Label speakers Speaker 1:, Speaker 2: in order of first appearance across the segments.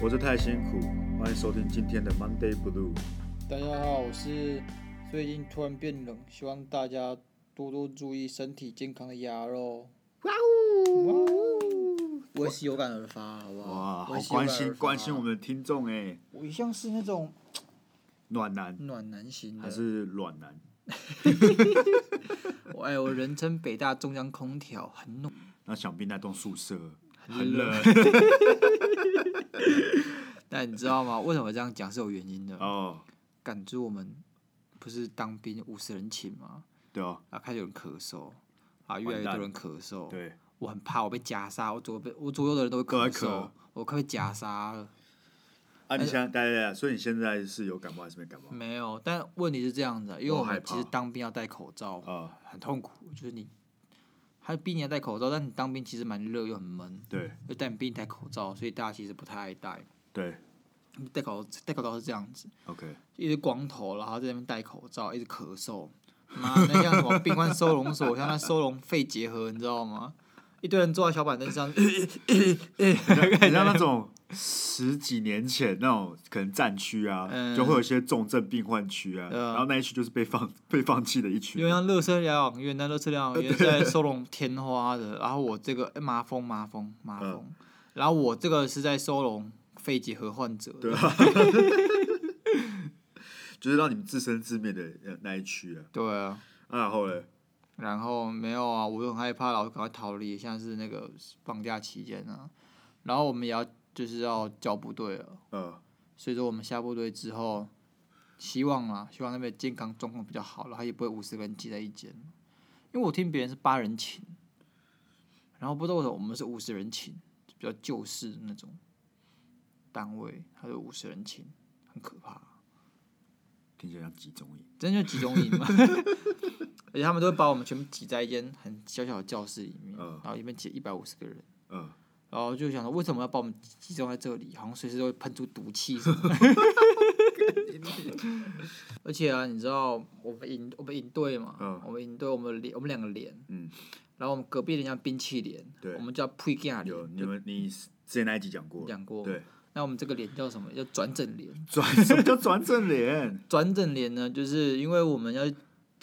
Speaker 1: 活着太辛苦，欢迎收听今天的 Monday Blue。
Speaker 2: 大家好，我是最近突然变冷，希望大家多多注意身体健康的鸭肉。
Speaker 1: 哇哦！
Speaker 2: 我也是有感而发，好不好？
Speaker 1: 哇，
Speaker 2: 我
Speaker 1: 好
Speaker 2: 也是
Speaker 1: 关心
Speaker 2: 有感而发
Speaker 1: 关心我。们的听众哎，
Speaker 2: 我一向是那种
Speaker 1: 暖男
Speaker 2: 暖男型
Speaker 1: 还
Speaker 2: 的，
Speaker 1: 是暖男？
Speaker 2: 我哎，我人称北大中央空调，很暖。
Speaker 1: 那想必那栋宿舍
Speaker 2: 很
Speaker 1: 冷
Speaker 2: 但你知道吗？为什么这样讲是有原因的？
Speaker 1: 哦，
Speaker 2: 感知我们不是当兵五十人寝吗？
Speaker 1: 对哦，
Speaker 2: 啊，开始有人咳嗽，啊，越来
Speaker 1: 完
Speaker 2: 越
Speaker 1: 蛋
Speaker 2: 多人咳嗽。
Speaker 1: 对，
Speaker 2: 我很怕我被夹杀，我左边我左右的人都会
Speaker 1: 都在
Speaker 2: 咳
Speaker 1: 咳
Speaker 2: 嗽，我快被夹杀了。
Speaker 1: 啊，你现在对对对，所以你现在是有感冒还是没感冒？
Speaker 2: 没有，但问题是这样啊的，因为
Speaker 1: 我
Speaker 2: 我
Speaker 1: 害
Speaker 2: 们
Speaker 1: 怕
Speaker 2: 其实当兵要戴口罩，
Speaker 1: 啊，
Speaker 2: 很痛苦，就是你他逼你要戴口罩，但你当兵其实蛮热又很闷，
Speaker 1: 对
Speaker 2: 就但你逼你戴口罩，所以大家其实不太爱戴。
Speaker 1: 对
Speaker 2: 戴口戴口罩是这样子，
Speaker 1: ，OK，
Speaker 2: 一直光头，然后在那边戴口罩，一直咳嗽， 妈那像什么病患收容所，像那收容肺结核，你知道吗？一堆人坐在小板凳上，
Speaker 1: 你像那种十几年前那种可能战区啊，
Speaker 2: 嗯
Speaker 1: 就会有一些重症病患区啊，
Speaker 2: 对啊
Speaker 1: 然后那一区就是被放被放弃的一
Speaker 2: 因
Speaker 1: 区
Speaker 2: 为。像乐色疗养院，那乐色疗养院
Speaker 1: 呃
Speaker 2: 是在收容天花的， 然后我这个、哎麻风麻风麻风，
Speaker 1: 嗯
Speaker 2: 然后我这个是在收容肺结核患者的，
Speaker 1: 对啊，就是让你们自生自灭的呃那一区啊。
Speaker 2: 对啊，
Speaker 1: 啊，然后嘞，
Speaker 2: 然后没有啊，我就很害怕，然后赶快逃离，像是那个放假期间啊，然后我们也要就是要交部队了，
Speaker 1: 呃，
Speaker 2: 所以说我们下部队之后，希望啊，希望那边健康状况比较好，然后也不会五十个人挤在一间，因为我听别人是八人寝，然后不知道为什么我们是五十人寝，比较旧式的那种单位，还有五十人寝，很可怕，
Speaker 1: 听起来像集中营。
Speaker 2: 真的就集中营嘛。 而且他们都会把我们全部挤在一间很小小的教室里面，
Speaker 1: 嗯
Speaker 2: 然后里面挤一百五十个人，
Speaker 1: 嗯，
Speaker 2: 然后就想说为什么要把我们集中在这里，好像随时都会喷出毒气什么的 而且啊，你知道我们营我们营队嘛？
Speaker 1: 嗯
Speaker 2: 我们营队我们连我们两个连，
Speaker 1: 嗯，
Speaker 2: 然后我们隔壁人家冰淇淋，
Speaker 1: 对
Speaker 2: 我们叫 pre g a
Speaker 1: 有
Speaker 2: 连，
Speaker 1: 你们你之前那一集讲过，
Speaker 2: 讲过。
Speaker 1: 对，
Speaker 2: 那我们这个连叫什么？叫转正连。
Speaker 1: 转什么叫转正脸？
Speaker 2: 转正连呢，就是因为我们要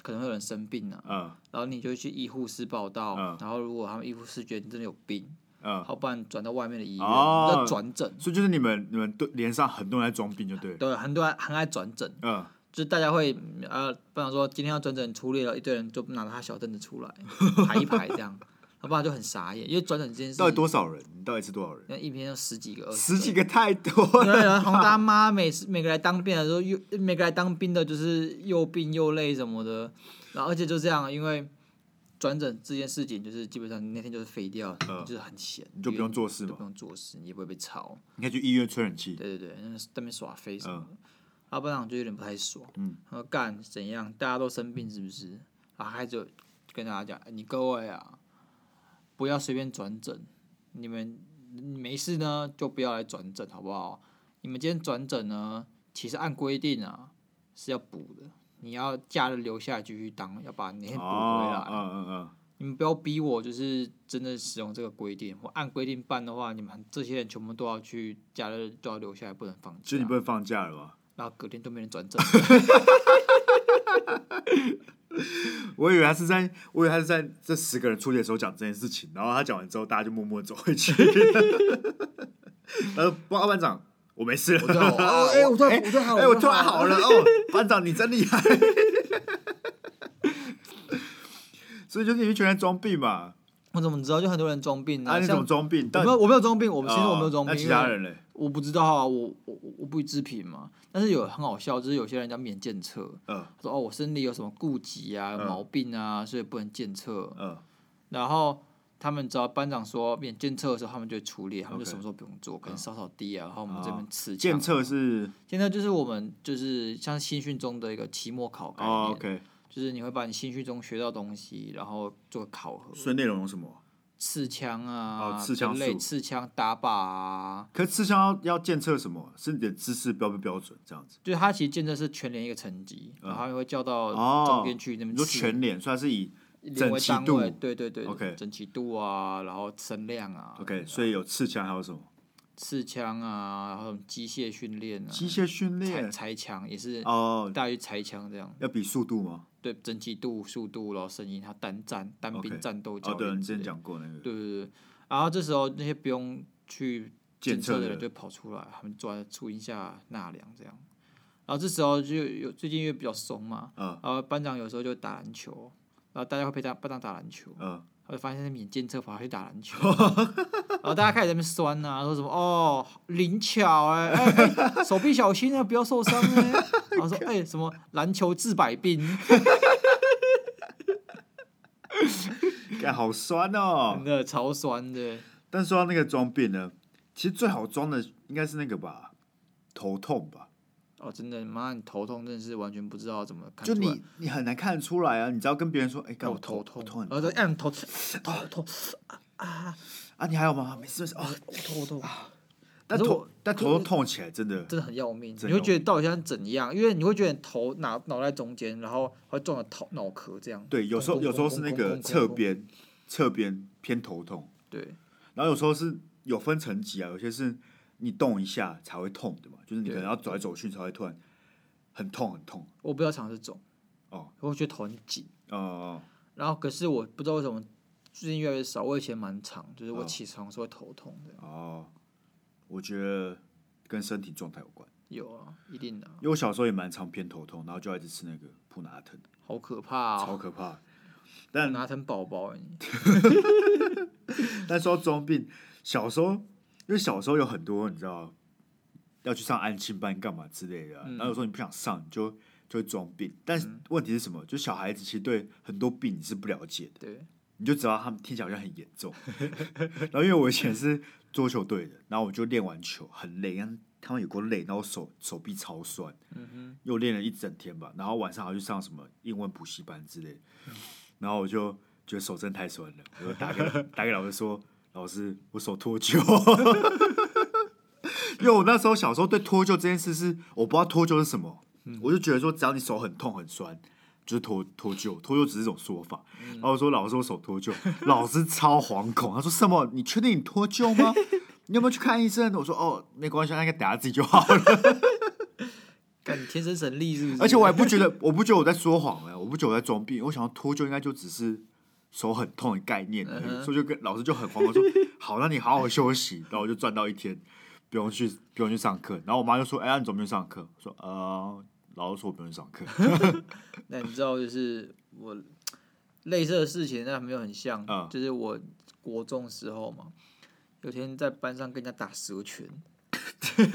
Speaker 2: 可能会有人生病啊，
Speaker 1: 嗯
Speaker 2: 然后你就去医护室报道，
Speaker 1: 嗯
Speaker 2: 然后如果他们医护室觉得你真的有病，
Speaker 1: 嗯，
Speaker 2: 好不然转到外面的医院，
Speaker 1: 哦
Speaker 2: 叫转诊。
Speaker 1: 所以就是你们你们对脸上很多人在装病，就对。
Speaker 2: 对，很多人很爱转诊，
Speaker 1: 嗯，
Speaker 2: 就是大家会呃，不想说今天要转诊出列了，一堆人就拿着他小凳子出 来排一排这样，他爸就很傻眼，因为转诊这件事
Speaker 1: 到底多少人？你到底是多少人？
Speaker 2: 那一篇要十几个、二
Speaker 1: 十几
Speaker 2: 个。
Speaker 1: 个太多
Speaker 2: 对，
Speaker 1: 了。
Speaker 2: 然后好像大家妈每次每个来当兵的时候，又每个来当兵的就是又病又累什么的，然后而且就这样，因为转诊这件事情就是基本上你那天就是废掉，
Speaker 1: 嗯
Speaker 2: 你就是很闲，
Speaker 1: 你就不用做事
Speaker 2: 你
Speaker 1: 嘛
Speaker 2: 就不用做事，你也不会被吵，
Speaker 1: 你可以去医院吹冷气。
Speaker 2: 对对对，那是在那边耍飞什么的，要、不然我就有点不太爽。
Speaker 1: 嗯，
Speaker 2: 他说干怎样？大家都生病是不是？然后他就跟大家讲，哎你各位啊，不要随便转诊，你们你没事呢就不要来转诊，好不好？你们今天转诊呢，其实按规定啊是要补的，你要假日留下来继续当，要把那天补回来。
Speaker 1: 哦，嗯嗯嗯，
Speaker 2: 你们不要逼我，就是真的使用这个规定，我按规定办的话，你们这些人全部都要去假日都要留下来，不能放
Speaker 1: 就
Speaker 2: 假
Speaker 1: 你。不能放假了吗？
Speaker 2: 然后隔天都没人转正，
Speaker 1: 我以为他是在，我以为他是在这十个人出去的时候讲这件事情，然后他讲完之后，大家就默默走回去。 他说：“报告班长，我没事了。
Speaker 2: 我知 道我啊哎我突然我突然好了
Speaker 1: 哎，我
Speaker 2: 我
Speaker 1: 突
Speaker 2: 突
Speaker 1: 然
Speaker 2: 然
Speaker 1: 好
Speaker 2: 好
Speaker 1: 了哦，班长你真厉害。” 所以就是一群人装病嘛，
Speaker 2: 我怎么知道？就很多人装病
Speaker 1: 啊，你怎
Speaker 2: 像
Speaker 1: 么装病？
Speaker 2: 我
Speaker 1: 但
Speaker 2: 没有，我没有装病，我其实我没有
Speaker 1: 哦
Speaker 2: 装病，
Speaker 1: 那其
Speaker 2: 因为
Speaker 1: 他人嘞？
Speaker 2: 我不知道啊，我我我我不予置评嘛。但是有很好笑，就是有些人家免检测，
Speaker 1: 嗯
Speaker 2: 他说哦我身体有什么痼疾啊、有
Speaker 1: 嗯
Speaker 2: 毛病啊，所以不能检测。
Speaker 1: 嗯
Speaker 2: 然后他们只要班长说免检测的时候，他们就会处理，他们就
Speaker 1: OK 嗯哦
Speaker 2: 什么时候不用做，可能扫扫地啊，然后我们这边吃。
Speaker 1: 检测是
Speaker 2: 检测就是我们就是像新训中的一个期末考概念，
Speaker 1: 哦，OK，
Speaker 2: 就是你会把你新训中学到的东西，然后做考核。
Speaker 1: 所以内容有什么？
Speaker 2: 刺枪
Speaker 1: 哦
Speaker 2: 啊，
Speaker 1: 刺枪
Speaker 2: 类
Speaker 1: 术
Speaker 2: 刺枪打靶啊，
Speaker 1: 可是吃香要要检测什么？是你的姿势标不标准？这样子？
Speaker 2: 就是他其实建设是全连一个层级，然后他们会叫
Speaker 1: 哦
Speaker 2: 到中间去那边
Speaker 1: 你说
Speaker 2: 吃
Speaker 1: 全脸，所以它是以
Speaker 2: 连
Speaker 1: 整
Speaker 2: 为
Speaker 1: 齐
Speaker 2: 单
Speaker 1: 度
Speaker 2: 位，对对对
Speaker 1: OK
Speaker 2: 整齐度啊，然后声量啊
Speaker 1: OK，所以有刺枪还有什么？
Speaker 2: 刺枪啊，还有机械训练啊，
Speaker 1: 机械训
Speaker 2: 拆
Speaker 1: 练
Speaker 2: 拆墙也是
Speaker 1: 哦，
Speaker 2: 大于拆墙这样，
Speaker 1: 要比速度吗？
Speaker 2: 对整齐度、速度，然后声音，还有单战、单兵
Speaker 1: OK
Speaker 2: 战斗
Speaker 1: 哦，
Speaker 2: 教
Speaker 1: 对，
Speaker 2: 练
Speaker 1: 你
Speaker 2: 之
Speaker 1: 之
Speaker 2: 类
Speaker 1: 前
Speaker 2: 的。
Speaker 1: 讲过那个
Speaker 2: 对对对，对然后这时候那些不用去
Speaker 1: 检
Speaker 2: 检测
Speaker 1: 的
Speaker 2: 的人就跑出来，他们坐在树荫下纳凉这样。然后这时候就有最近因为比较松嘛，
Speaker 1: 嗯
Speaker 2: 然后班长有时候就打篮球，然后大家会陪他班长打篮球，
Speaker 1: 嗯，
Speaker 2: 他就发现他们眼见测跑去打篮球， 然后大家开始在那边酸啊，说什么哦灵巧哎、欸哎哎手臂小心啊，不要受伤哎、 然后说哎、什么篮球治百病，
Speaker 1: 干好酸哦
Speaker 2: 真。的超酸的，
Speaker 1: 但说到那个装病呢，其实最好装的应该是那个吧，头痛吧。
Speaker 2: 哦真的妈你头痛真的是完全不知道怎么看
Speaker 1: 就
Speaker 2: 出来
Speaker 1: 你你很难看得出来啊，你只要跟别人说，哎、干
Speaker 2: 让
Speaker 1: 我
Speaker 2: 我头
Speaker 1: 痛
Speaker 2: 痛，
Speaker 1: 痛很
Speaker 2: 呃然后再按头头痛
Speaker 1: 啊，你还有吗？没事没事哦。
Speaker 2: 头痛，
Speaker 1: 但
Speaker 2: 呃可是
Speaker 1: 头
Speaker 2: 我
Speaker 1: 但头痛痛起来真的，
Speaker 2: 真的很要命。
Speaker 1: 真
Speaker 2: 你
Speaker 1: 的
Speaker 2: 会觉得到底像怎样？因为你会觉得头脑脑袋中间，然后会撞到头脑壳这样。
Speaker 1: 对，有时候
Speaker 2: 砰
Speaker 1: 有时候是那个侧，边侧边偏头痛，
Speaker 2: 砰砰砰砰砰对
Speaker 1: 然后有时候是有分层级啊，有些是你动一下才会痛的嘛，就是你可
Speaker 2: 对
Speaker 1: 能要走来走去才会突然很痛很痛。
Speaker 2: 我比较常是肿，
Speaker 1: 哦，
Speaker 2: 我会觉得头很紧。
Speaker 1: 哦哦，
Speaker 2: 然后可是我不知道为什么最近越来越少，我以前蛮长，就是我
Speaker 1: 哦
Speaker 2: 起床是会头痛的，
Speaker 1: 哦，我觉得跟身体状态有关，
Speaker 2: 有啊，一定的啊，
Speaker 1: 因为我小时候也蛮常偏头痛，然后就要一直吃那个普拿疼，
Speaker 2: 好可怕啊！
Speaker 1: 超可怕的。但
Speaker 2: 拿成宝宝欸你，
Speaker 1: 但说到装病，小时候因为小时候有很多你知道要去上安亲班干嘛之类的啊、
Speaker 2: 嗯
Speaker 1: 然后有时候你不想上，你就就会装病。但是问题是什么？就小孩子其实对很多病你是不了解的，
Speaker 2: 对，
Speaker 1: 你就知道他们听起来好像很严重。 然后因为我以前是桌球队的，然后我就练完球很累，但他们有够累，然后我手手臂超酸，
Speaker 2: 嗯
Speaker 1: 又练了一整天吧，然后晚上还去上什么英文补习班之类的，然后我就觉得手真的太酸了，我就打给打给老师说，老师我手脱臼， 因为我那时候小时候对脱臼这件事是我不知道脱臼是什么，我就觉得说只要你手很痛很酸。就是脱脱臼，脱臼只是一种说法。然后我说老师，我手脱臼，老师超惶恐，他说什么？你确定你脱臼吗？ 你有没有去看医生？我说哦，没关系，那个等下自己就好了。
Speaker 2: 哼，干你天生神力是不是？
Speaker 1: 而且我还不觉得，我不觉得我在说谎哎、我不觉得我在装病。我想要脱臼应该就只是手很痛的概念而已，
Speaker 2: 嗯哼
Speaker 1: 所以就跟老师就很慌，我说好，那你好好休息，然后我就赚到一天，不用去不用去上课。然后我妈就说，哎、呀，你怎么没有上课？我说呃，老师说我不用去上课。
Speaker 2: 那你知道，就是我类似的事情，但没有很像，
Speaker 1: 嗯
Speaker 2: 就是我国中时候嘛，有天在班上跟人家打蛇拳，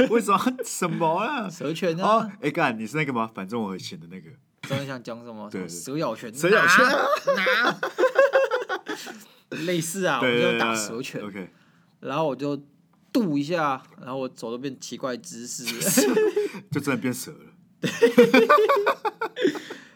Speaker 1: 为什么？什么啊？
Speaker 2: 蛇拳
Speaker 1: 哦
Speaker 2: 啊，，
Speaker 1: 哎干，你是那个吗？反正我很闲的那个
Speaker 2: 知道你想讲什么？什
Speaker 1: 对
Speaker 2: 么蛇咬拳，
Speaker 1: 蛇咬拳，
Speaker 2: 拿类似啊，我
Speaker 1: 对对
Speaker 2: 就
Speaker 1: 对
Speaker 2: 打
Speaker 1: 对
Speaker 2: 蛇拳，
Speaker 1: OK，
Speaker 2: 然后我就度一下，然后我手都变奇怪姿势，
Speaker 1: 就真的变蛇了。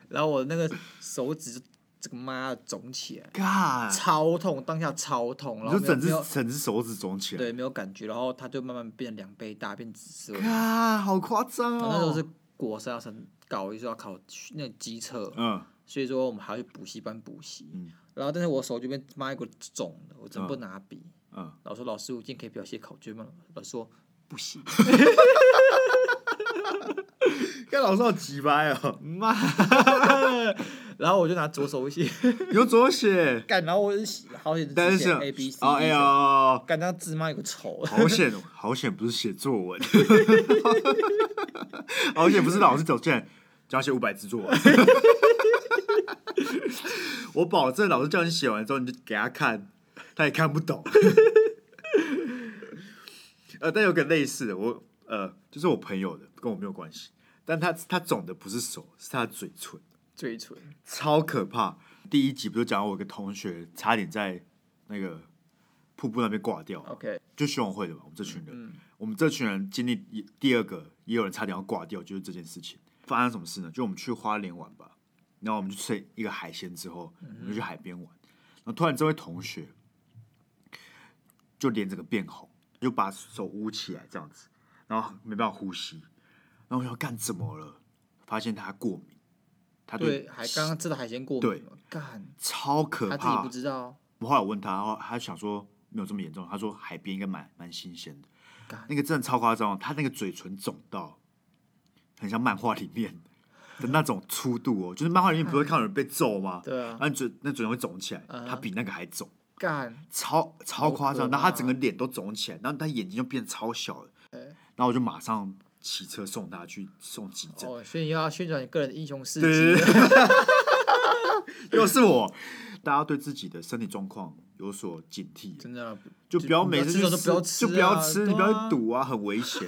Speaker 2: 然后我那个手指就这个妈的肿起来，
Speaker 1: 干，
Speaker 2: 超痛，当下超痛，然
Speaker 1: 你
Speaker 2: 后
Speaker 1: 就
Speaker 2: 没有
Speaker 1: 整只
Speaker 2: 没有
Speaker 1: 整只手指肿起来。
Speaker 2: 对没有感觉，然后它就慢慢变两倍大，变 紫色。
Speaker 1: 干，好夸张
Speaker 2: 然后那时
Speaker 1: 哦
Speaker 2: 候。是国三要升高一，说要考那个机测，
Speaker 1: 嗯，
Speaker 2: 所以说我们还要去补习班补习。
Speaker 1: 嗯
Speaker 2: 然后，但是我手就被妈一股肿了，我真不拿笔。
Speaker 1: 嗯
Speaker 2: 老师说：“老师，我今天可以表写考卷吗？”老师说：“不行。
Speaker 1: 看老师好鸡掰哦”，
Speaker 2: 妈！然后我就拿左手写，
Speaker 1: 有左血，
Speaker 2: 干，然后我就写好写
Speaker 1: 但
Speaker 2: 字
Speaker 1: 是
Speaker 2: 写
Speaker 1: 是
Speaker 2: A B C，
Speaker 1: 哦哎
Speaker 2: D E
Speaker 1: 呦，
Speaker 2: 干，那字妈有个丑。
Speaker 1: 好险好险，不是写作文， 好险不是老师走进来叫他写五百字作文。 我保证，老师叫你写完之后，你就给他看，他也看不懂。 呃，但有个类似的，我呃，就是我朋友的，跟我没有关系，但他他肿的不是手，是他的嘴唇。
Speaker 2: 嘴唇，
Speaker 1: 超可怕。第一集不是讲我有个同学差点在那个瀑布那边挂掉，
Speaker 2: OK，
Speaker 1: 就学委会的嘛，我们这群人，我们这群人经历一第二个，也有人差点要挂掉，就是这件事情发生什么事呢？就我们去花莲玩吧，然后我们去吃一个海鲜之后，我们就去海边玩，然后突然这位同学就脸整个变红，就把手捂起来这样子，然后没办法呼吸，然后我想干怎么了？发现他过敏，他
Speaker 2: 对，还刚刚吃的海鲜过
Speaker 1: 对
Speaker 2: 敏了，干，
Speaker 1: 超可
Speaker 2: 他
Speaker 1: 怕。
Speaker 2: 自己不知道，
Speaker 1: 我后来我问他，然后他想说没有这么严重，他说海边应该蛮蛮新鲜的。那个真的超夸张，哦他那个嘴唇肿到很像漫画里面的那种粗度哦，就是漫画里面不是会看到人被揍吗？
Speaker 2: 对啊，
Speaker 1: 啊，你嘴那嘴唇会肿起来，
Speaker 2: 嗯哼
Speaker 1: 他比那个还肿，
Speaker 2: 干，
Speaker 1: 超超夸
Speaker 2: 好可
Speaker 1: 张。
Speaker 2: 怕
Speaker 1: 然后他整个脸都肿起来，然后他眼睛就变超小了。然后我就马上骑车送他去送急诊。
Speaker 2: 哦，所以你要宣传你个人的英雄事
Speaker 1: 对
Speaker 2: 迹，
Speaker 1: 又是我，大家对自己的身体状况有所警 惕，
Speaker 2: 真的啊，
Speaker 1: 就不要每次去
Speaker 2: 就不要吃
Speaker 1: 就不要吃，
Speaker 2: 啊
Speaker 1: 你不要
Speaker 2: 对啊
Speaker 1: 去赌啊，很危险。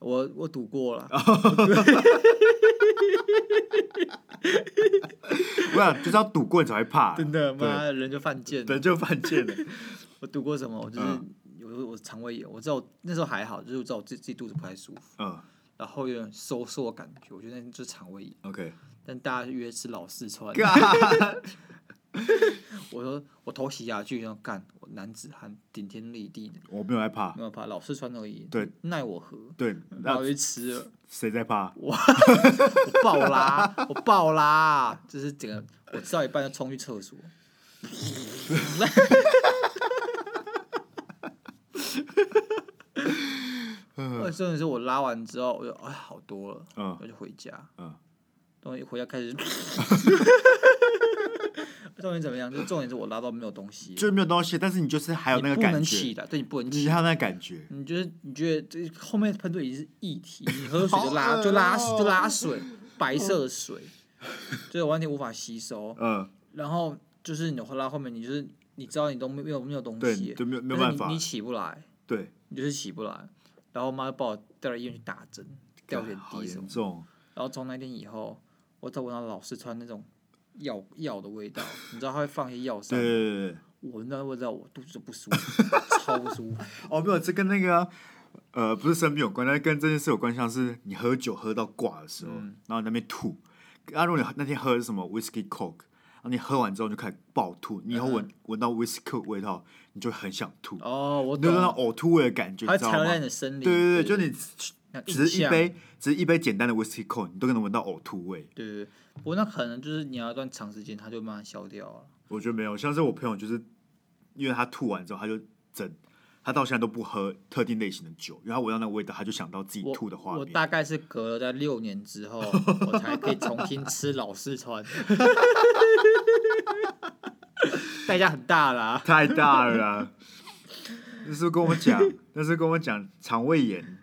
Speaker 2: 我我赌过了，
Speaker 1: 啊我想就是要赌过你才会怕，
Speaker 2: 真的，
Speaker 1: 对
Speaker 2: 妈的人就犯贱。
Speaker 1: 人就犯贱了。
Speaker 2: 我赌过什么？我就是
Speaker 1: 嗯
Speaker 2: 有我我肠胃炎，我知道我那时候还好，就是我知道我自己自己肚子不太舒服，
Speaker 1: 嗯
Speaker 2: 然后有点收缩的感觉，我觉得那就是肠胃炎。
Speaker 1: ，OK，
Speaker 2: 但大家约吃老四川，
Speaker 1: 干
Speaker 2: 我说我头洗下去，然后干，我男子汉顶天立地的，
Speaker 1: 我没有害怕，
Speaker 2: 没有怕老四川而已，
Speaker 1: 对，
Speaker 2: 奈我何？
Speaker 1: 对，
Speaker 2: 然
Speaker 1: 那
Speaker 2: 后我就吃了，
Speaker 1: 谁在怕？
Speaker 2: 我爆啦，我爆啦，就是整个我吃到一半就冲去厕所， 我真的是我拉完之后，我就哎好多了，
Speaker 1: 嗯
Speaker 2: 我就回家，
Speaker 1: 嗯，
Speaker 2: 然后一回家开始，重点怎么样？就是重点是我拉到没有东西，
Speaker 1: 就是没有东西，但是你就是还有那
Speaker 2: 你
Speaker 1: 个
Speaker 2: 不
Speaker 1: 感
Speaker 2: 能
Speaker 1: 觉，
Speaker 2: 起的，对你不能
Speaker 1: 你
Speaker 2: 起。
Speaker 1: 还有那个感觉，
Speaker 2: 你就是你觉得这后面喷队已经是液体，你喝水就
Speaker 1: 好恶
Speaker 2: 拉
Speaker 1: 哦
Speaker 2: 就拉就 拉水，白色的水，就是完全无法吸收。
Speaker 1: 嗯，
Speaker 2: 然后就是你拉后面，你就是你知道你都没有没有东
Speaker 1: 对，
Speaker 2: 西，
Speaker 1: 就没有没有
Speaker 2: 但
Speaker 1: 办
Speaker 2: 是
Speaker 1: 法
Speaker 2: 你，你起不来，
Speaker 1: 对，
Speaker 2: 你就是起不来。然后我妈就把我带到医院去打针，吊点
Speaker 1: 干好
Speaker 2: 滴什么
Speaker 1: 严。重，
Speaker 2: 然后从那天以后，我只要闻到老四川那种药药的味道，你知道他会放一些药
Speaker 1: 对
Speaker 2: 散，
Speaker 1: 对对对。
Speaker 2: 我闻到那味道我肚子就不舒服， 超不舒服。
Speaker 1: 哦，没有，这跟那个啊、呃，不是生病有关，但是跟这件事有关，像是你喝酒喝到挂的时候，
Speaker 2: 嗯
Speaker 1: 然后你那边吐，啊，如果你那天喝的是什么 whiskey coke，然后你喝完之后就开始暴吐，你以后闻闻到 whiskey coke 味道，你就会很想吐，
Speaker 2: 嗯哦，我
Speaker 1: 你就
Speaker 2: 懂
Speaker 1: 是那
Speaker 2: 了，
Speaker 1: 种呕吐味的感觉，
Speaker 2: 它
Speaker 1: 你知
Speaker 2: 会残
Speaker 1: 道
Speaker 2: 留在
Speaker 1: 吗
Speaker 2: 你？的生理。
Speaker 1: 对对对，就你
Speaker 2: 那印
Speaker 1: 只是一
Speaker 2: 象
Speaker 1: 杯，只是一杯简单的 whiskey coke，你都可能闻到呕吐味。
Speaker 2: 对对对，不过那可能就是你要一段长时间，它就慢慢消掉了。
Speaker 1: 我觉得没有，像是我朋友就是，因为他吐完之后他就整，他到现在都不喝特定类型的酒，因为他闻到那个味道，他就想到自己
Speaker 2: 我
Speaker 1: 吐的画
Speaker 2: 我
Speaker 1: 面。
Speaker 2: 大概是隔了在六年之 后，我才可以重新吃老四川，代价很大啦、
Speaker 1: 太大了啦。那时候跟我讲，那时候跟我讲肠胃炎，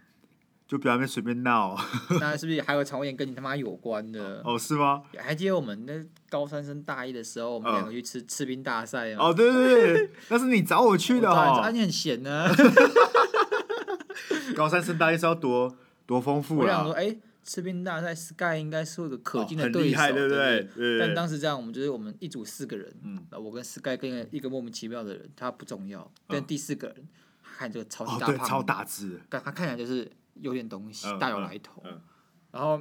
Speaker 1: 就不要在那边随便闹
Speaker 2: 那是不是还有肠胃炎跟你他妈有关的？
Speaker 1: 哦，是吗？
Speaker 2: 还记得我们那高三升大一的时候，我们
Speaker 1: 嗯
Speaker 2: 两个去吃吃冰大赛吗？
Speaker 1: 哦，对对对，那是你找我去
Speaker 2: 我
Speaker 1: 的
Speaker 2: 当然知道啊，
Speaker 1: 哦。
Speaker 2: 你很闲呢、
Speaker 1: 高三升大一是要多多丰富
Speaker 2: 我想说，
Speaker 1: 啦，
Speaker 2: 哎、吃冰大赛 Sky 应该是一个可敬的
Speaker 1: 哦很
Speaker 2: 对
Speaker 1: 厉
Speaker 2: 手，
Speaker 1: 害，
Speaker 2: 对
Speaker 1: 对不
Speaker 2: 对
Speaker 1: 对？？对
Speaker 2: 但当时这样，我们就是我们一组四个人，
Speaker 1: 嗯
Speaker 2: 然后我跟 Sky 跟一个莫名其妙的人，他不重要，但第四个人他看这个超级
Speaker 1: 嗯哦，
Speaker 2: 大
Speaker 1: 对，
Speaker 2: 胖，
Speaker 1: 超，大只，
Speaker 2: 但他看起来就是有点东西，
Speaker 1: 嗯
Speaker 2: 大有来头。
Speaker 1: 嗯嗯
Speaker 2: 然后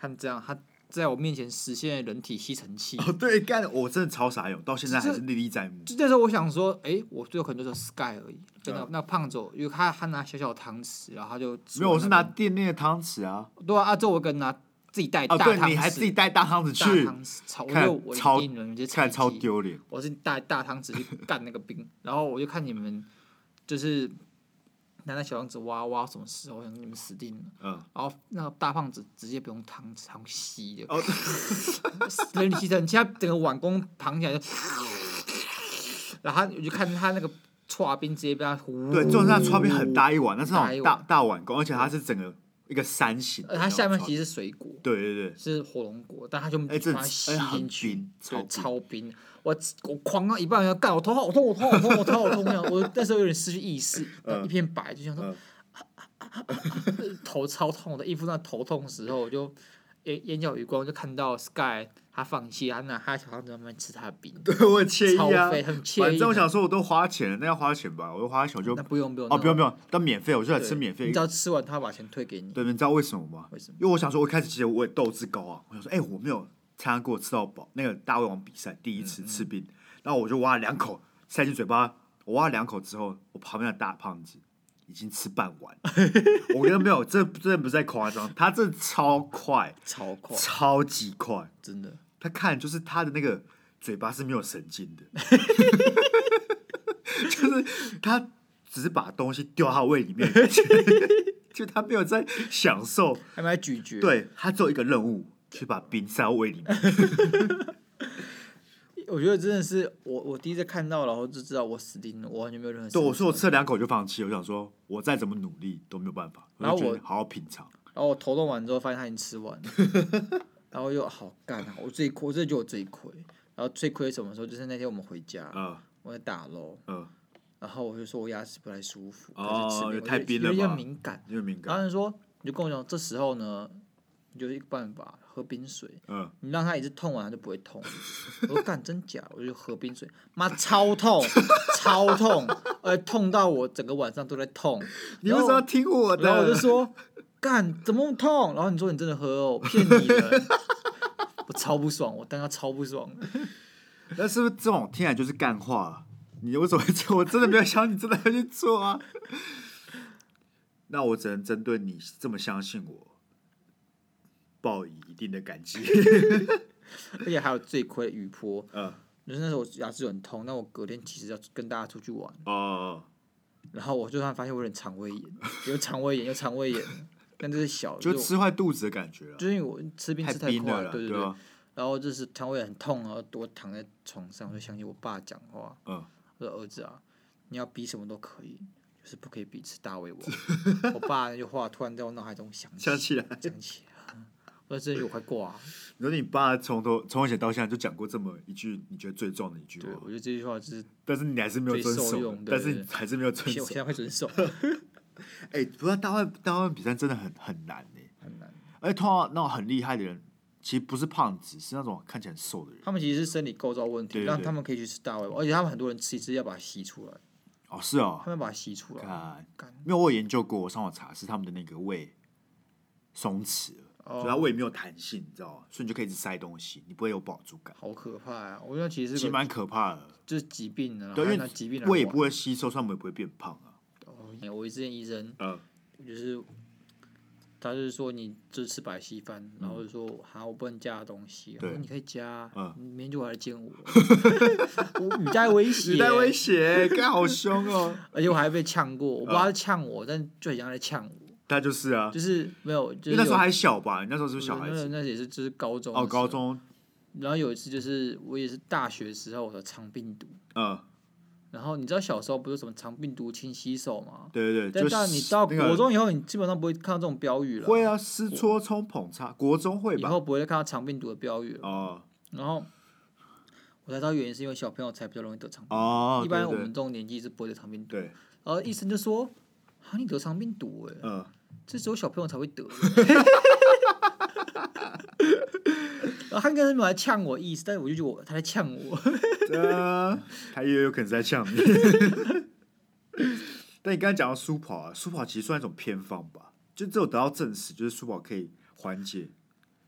Speaker 2: 看这样，他在我面前实现了人体吸尘器。
Speaker 1: 哦，对，干，我真的超傻眼，到现在还是历历在目。
Speaker 2: 就那时候我想说，哎、我最后可能就是 Sky 而已，跟那、那胖子，因为他他拿小小的汤匙，然后他就
Speaker 1: 嗯没有，我是拿
Speaker 2: 那
Speaker 1: 店内的汤匙啊。
Speaker 2: 边对啊，啊之后我跟拿自己带
Speaker 1: 哦，
Speaker 2: 大汤匙，
Speaker 1: 对，你还自己带大汤匙
Speaker 2: 大
Speaker 1: 去，
Speaker 2: 汤匙，超，我觉
Speaker 1: 看
Speaker 2: 得我
Speaker 1: 超
Speaker 2: 一定人就
Speaker 1: 看超丢脸。
Speaker 2: 我是大大汤匙去干那个冰， 然后我就看你们就是拿那小汤匙挖挖，什么时候你们死定了。
Speaker 1: 嗯，
Speaker 2: 然后那个大胖子直接不用汤匙，他用吸的，
Speaker 1: 哦，
Speaker 2: 人体吸尘器，他整个碗弓扛起来就， 然后他我就看他那个搓冰直接被他呼，
Speaker 1: 对，就是它刨冰很，大一碗，那是那
Speaker 2: 嗯大一
Speaker 1: 种
Speaker 2: 碗
Speaker 1: 大大碗公，而且它是整个一个山形的
Speaker 2: 而
Speaker 1: 那种
Speaker 2: 它
Speaker 1: 刨冰。
Speaker 2: 下面其实是水果，
Speaker 1: 对对对，
Speaker 2: 是火龙果，但他就
Speaker 1: 哎、这
Speaker 2: 把它吸
Speaker 1: 哎
Speaker 2: 进
Speaker 1: 很
Speaker 2: 去，
Speaker 1: 冰，
Speaker 2: 对，
Speaker 1: 冰
Speaker 2: 超冰。我我狂到一半，要干，我头好痛，我头好痛，我头好痛！这样我那时候有点失去 意识，一片白，就想说、
Speaker 1: 嗯
Speaker 2: 头超痛，我的衣服上头痛的时候，我就眼眼角余光就看到 Sky 他放弃，他拿他小汤匙慢慢吃他的冰，
Speaker 1: 对我很惬
Speaker 2: 超
Speaker 1: 意啊。
Speaker 2: 肥，很惬
Speaker 1: 反
Speaker 2: 意。
Speaker 1: 正我想说，我都花钱了，那要花钱吧，我都花钱我就
Speaker 2: 那不用不用
Speaker 1: 哦，不用不
Speaker 2: 用，
Speaker 1: 用，但免费我就来吃免
Speaker 2: 你
Speaker 1: 费
Speaker 2: 只。要吃完，他把钱退给你。
Speaker 1: 对，你知道为什么吗？
Speaker 2: 为什么？
Speaker 1: 因为我想说，我一开始其实我也斗志高啊，我想说，哎、我没有参加过吃到饱那个大胃王比赛，第一次吃冰，然后我就挖了两口塞进嘴巴，我挖了两口之后，我旁边的大胖子已经吃半碗，我跟没有，这这不是在夸张，他这超快，
Speaker 2: 超快，
Speaker 1: 超级快，
Speaker 2: 真的。
Speaker 1: 他看就是他的那个 嘴巴是没有神经的，就是他只是把东西丢到胃里面， 就他没有在享受，
Speaker 2: 还没咀嚼。，
Speaker 1: 对他只有一个任务，去把冰塞到胃里 面。
Speaker 2: 我觉得真的是我我第一次看到，然后就知道我死定了，我完全没有任何。
Speaker 1: 对，我说我吃了两口就放弃，我想说我再怎么努力都没有办法，我
Speaker 2: 然后
Speaker 1: 就觉
Speaker 2: 我
Speaker 1: 得好好品尝。
Speaker 2: 然后我头痛完之后，发现他已经 吃完了，然后又好干啊！我最亏，我这就我最亏。然后最亏什么时候？就是那天我们回家，
Speaker 1: 呃
Speaker 2: 我在打楼，
Speaker 1: 呃，
Speaker 2: 然后我就说我牙齿不太舒服，
Speaker 1: 哦
Speaker 2: 开始吃冰
Speaker 1: 有
Speaker 2: 我
Speaker 1: 太
Speaker 2: 就
Speaker 1: 冰了
Speaker 2: 有点
Speaker 1: 吧
Speaker 2: 敏感。
Speaker 1: 因为敏
Speaker 2: 然
Speaker 1: 感，
Speaker 2: 后他就说，你就跟我讲，这时候呢，你就是一个办法，喝冰水。
Speaker 1: 嗯，
Speaker 2: 你让他一直痛完，他就不会痛。我说干真假？我就喝冰水，妈超痛，超痛，呃，痛到我整个晚上都在痛。
Speaker 1: 你为什么要听我
Speaker 2: 然后我就
Speaker 1: 的？
Speaker 2: 说，干怎么那么痛？然后你说你真的喝哦，骗你的，我超不爽，我当他超不爽。
Speaker 1: 那是不是这种听起来就是干话啊？你为什么会做？ 我真的没有想你真的要去做啊。那我只能针对你这么相信我，报以一定的感 激。
Speaker 2: 而且还有最亏的雨坡，
Speaker 1: 嗯，
Speaker 2: 就是那时候我牙齿很痛，那我隔天其实要跟大家出去玩，
Speaker 1: 哦，
Speaker 2: 然后我就突然发现我有点肠胃炎，有肠胃炎，有肠胃炎，但这是小，
Speaker 1: 就
Speaker 2: 就是
Speaker 1: 吃坏肚子的感觉了啊
Speaker 2: 我，就是因为我吃冰
Speaker 1: 太
Speaker 2: 吃太
Speaker 1: 冰
Speaker 2: 快
Speaker 1: 了
Speaker 2: 了，
Speaker 1: 啦，对啊
Speaker 2: 对对对。
Speaker 1: 吧？
Speaker 2: 然后就是肠胃很痛，然后我躺在床上，我就想起我爸讲话，
Speaker 1: 嗯，
Speaker 2: 我说儿子啊，你要比什么都可以，就是不可以比吃 大胃王。我爸那句话突然在我脑海中响起，
Speaker 1: 想起来，
Speaker 2: 想起来，我说这句我快挂了。
Speaker 1: 你说你爸从头从以前到现在就讲过这么一句你觉得最重的一句
Speaker 2: 对，我
Speaker 1: 话，
Speaker 2: 觉得这句话就是，
Speaker 1: 但是你还是没有遵
Speaker 2: 最受
Speaker 1: 守
Speaker 2: 用，对
Speaker 1: 但是
Speaker 2: 对
Speaker 1: 你还是没有遵
Speaker 2: 现我
Speaker 1: 守
Speaker 2: 现。在会遵守，
Speaker 1: 哎，不要大腕大腕比赛真的很很难呢，
Speaker 2: 很难。
Speaker 1: 而且通常那种很厉害的人，其实不是胖子，是那种看起来很瘦的人。
Speaker 2: 他们其实是身体构造问题，
Speaker 1: 对对
Speaker 2: 让
Speaker 1: 对
Speaker 2: 他们可以去吃大胃王，而且他们很多人吃一吃要把它吸出来，
Speaker 1: 哦，是哦
Speaker 2: 他，们把它吸出来。
Speaker 1: 看，
Speaker 2: 干
Speaker 1: 没有我有研究过，我上网查是他们的那个胃松弛了，所以它
Speaker 2: 哦，
Speaker 1: 胃没有弹性，你知道吗？所以你就可以一直塞东西，你不会有饱足感，
Speaker 2: 好可怕啊！我觉得其实
Speaker 1: 其实
Speaker 2: 这个
Speaker 1: 蛮可怕的。
Speaker 2: 就是疾病啊，
Speaker 1: 对，
Speaker 2: 还
Speaker 1: 因
Speaker 2: 拿疾病
Speaker 1: 为
Speaker 2: 来
Speaker 1: 胃也
Speaker 2: 玩
Speaker 1: 不会吸收，所以他们也不会变胖啊。
Speaker 2: 哦，我之前医生
Speaker 1: 嗯
Speaker 2: 就是，他就是说你就吃白稀饭，然后就说好，我不能加东西，我
Speaker 1: 对
Speaker 2: 说你可以加，
Speaker 1: 嗯
Speaker 2: 你明天就回来见 我，我语带威胁，
Speaker 1: 你在威 胁，该好凶哦。
Speaker 2: 而且我还被呛过，我不知
Speaker 1: 嗯
Speaker 2: 道他是呛我，但就很像在呛我，
Speaker 1: 他就是啊，
Speaker 2: 就是没有，
Speaker 1: 因
Speaker 2: 就是
Speaker 1: 为那时候
Speaker 2: 有
Speaker 1: 还小吧，你那时候是不是小孩
Speaker 2: 那
Speaker 1: 子
Speaker 2: 那也是就是高中
Speaker 1: 哦，
Speaker 2: 的时
Speaker 1: 高
Speaker 2: 候，
Speaker 1: 中，
Speaker 2: 然后有一次就是我也是大学时候我的肠病毒，
Speaker 1: 嗯，
Speaker 2: 然后你知道小时候不是什么肠病毒勤洗手吗？
Speaker 1: 对对对，
Speaker 2: 但
Speaker 1: 就
Speaker 2: 到
Speaker 1: 是
Speaker 2: 你到
Speaker 1: 那个
Speaker 2: 国中以后，你基本上不会看到这种标语了。
Speaker 1: 会啊，撕搓冲捧擦，国中会
Speaker 2: 以
Speaker 1: 吧？
Speaker 2: 后不会再看到肠病毒的标语了。
Speaker 1: 哦
Speaker 2: 然后我才知道原因是因为小朋友才比较容易得肠病
Speaker 1: 哦，
Speaker 2: 一般
Speaker 1: 对
Speaker 2: 我
Speaker 1: 对
Speaker 2: 们这种年纪是不会得肠病毒。
Speaker 1: 对，
Speaker 2: 然后医生就说：“啊，你得肠病毒哎、
Speaker 1: 嗯，
Speaker 2: 这只有小朋友才会得。” 然后他应该是没有来呛我意思，但是我就觉得我他在呛我。
Speaker 1: 呃， 他也有可能是在呛你。 但你刚才讲到苏跑啊，苏跑其实算一种偏方吧，就只有得到证实，就是苏跑可以缓解，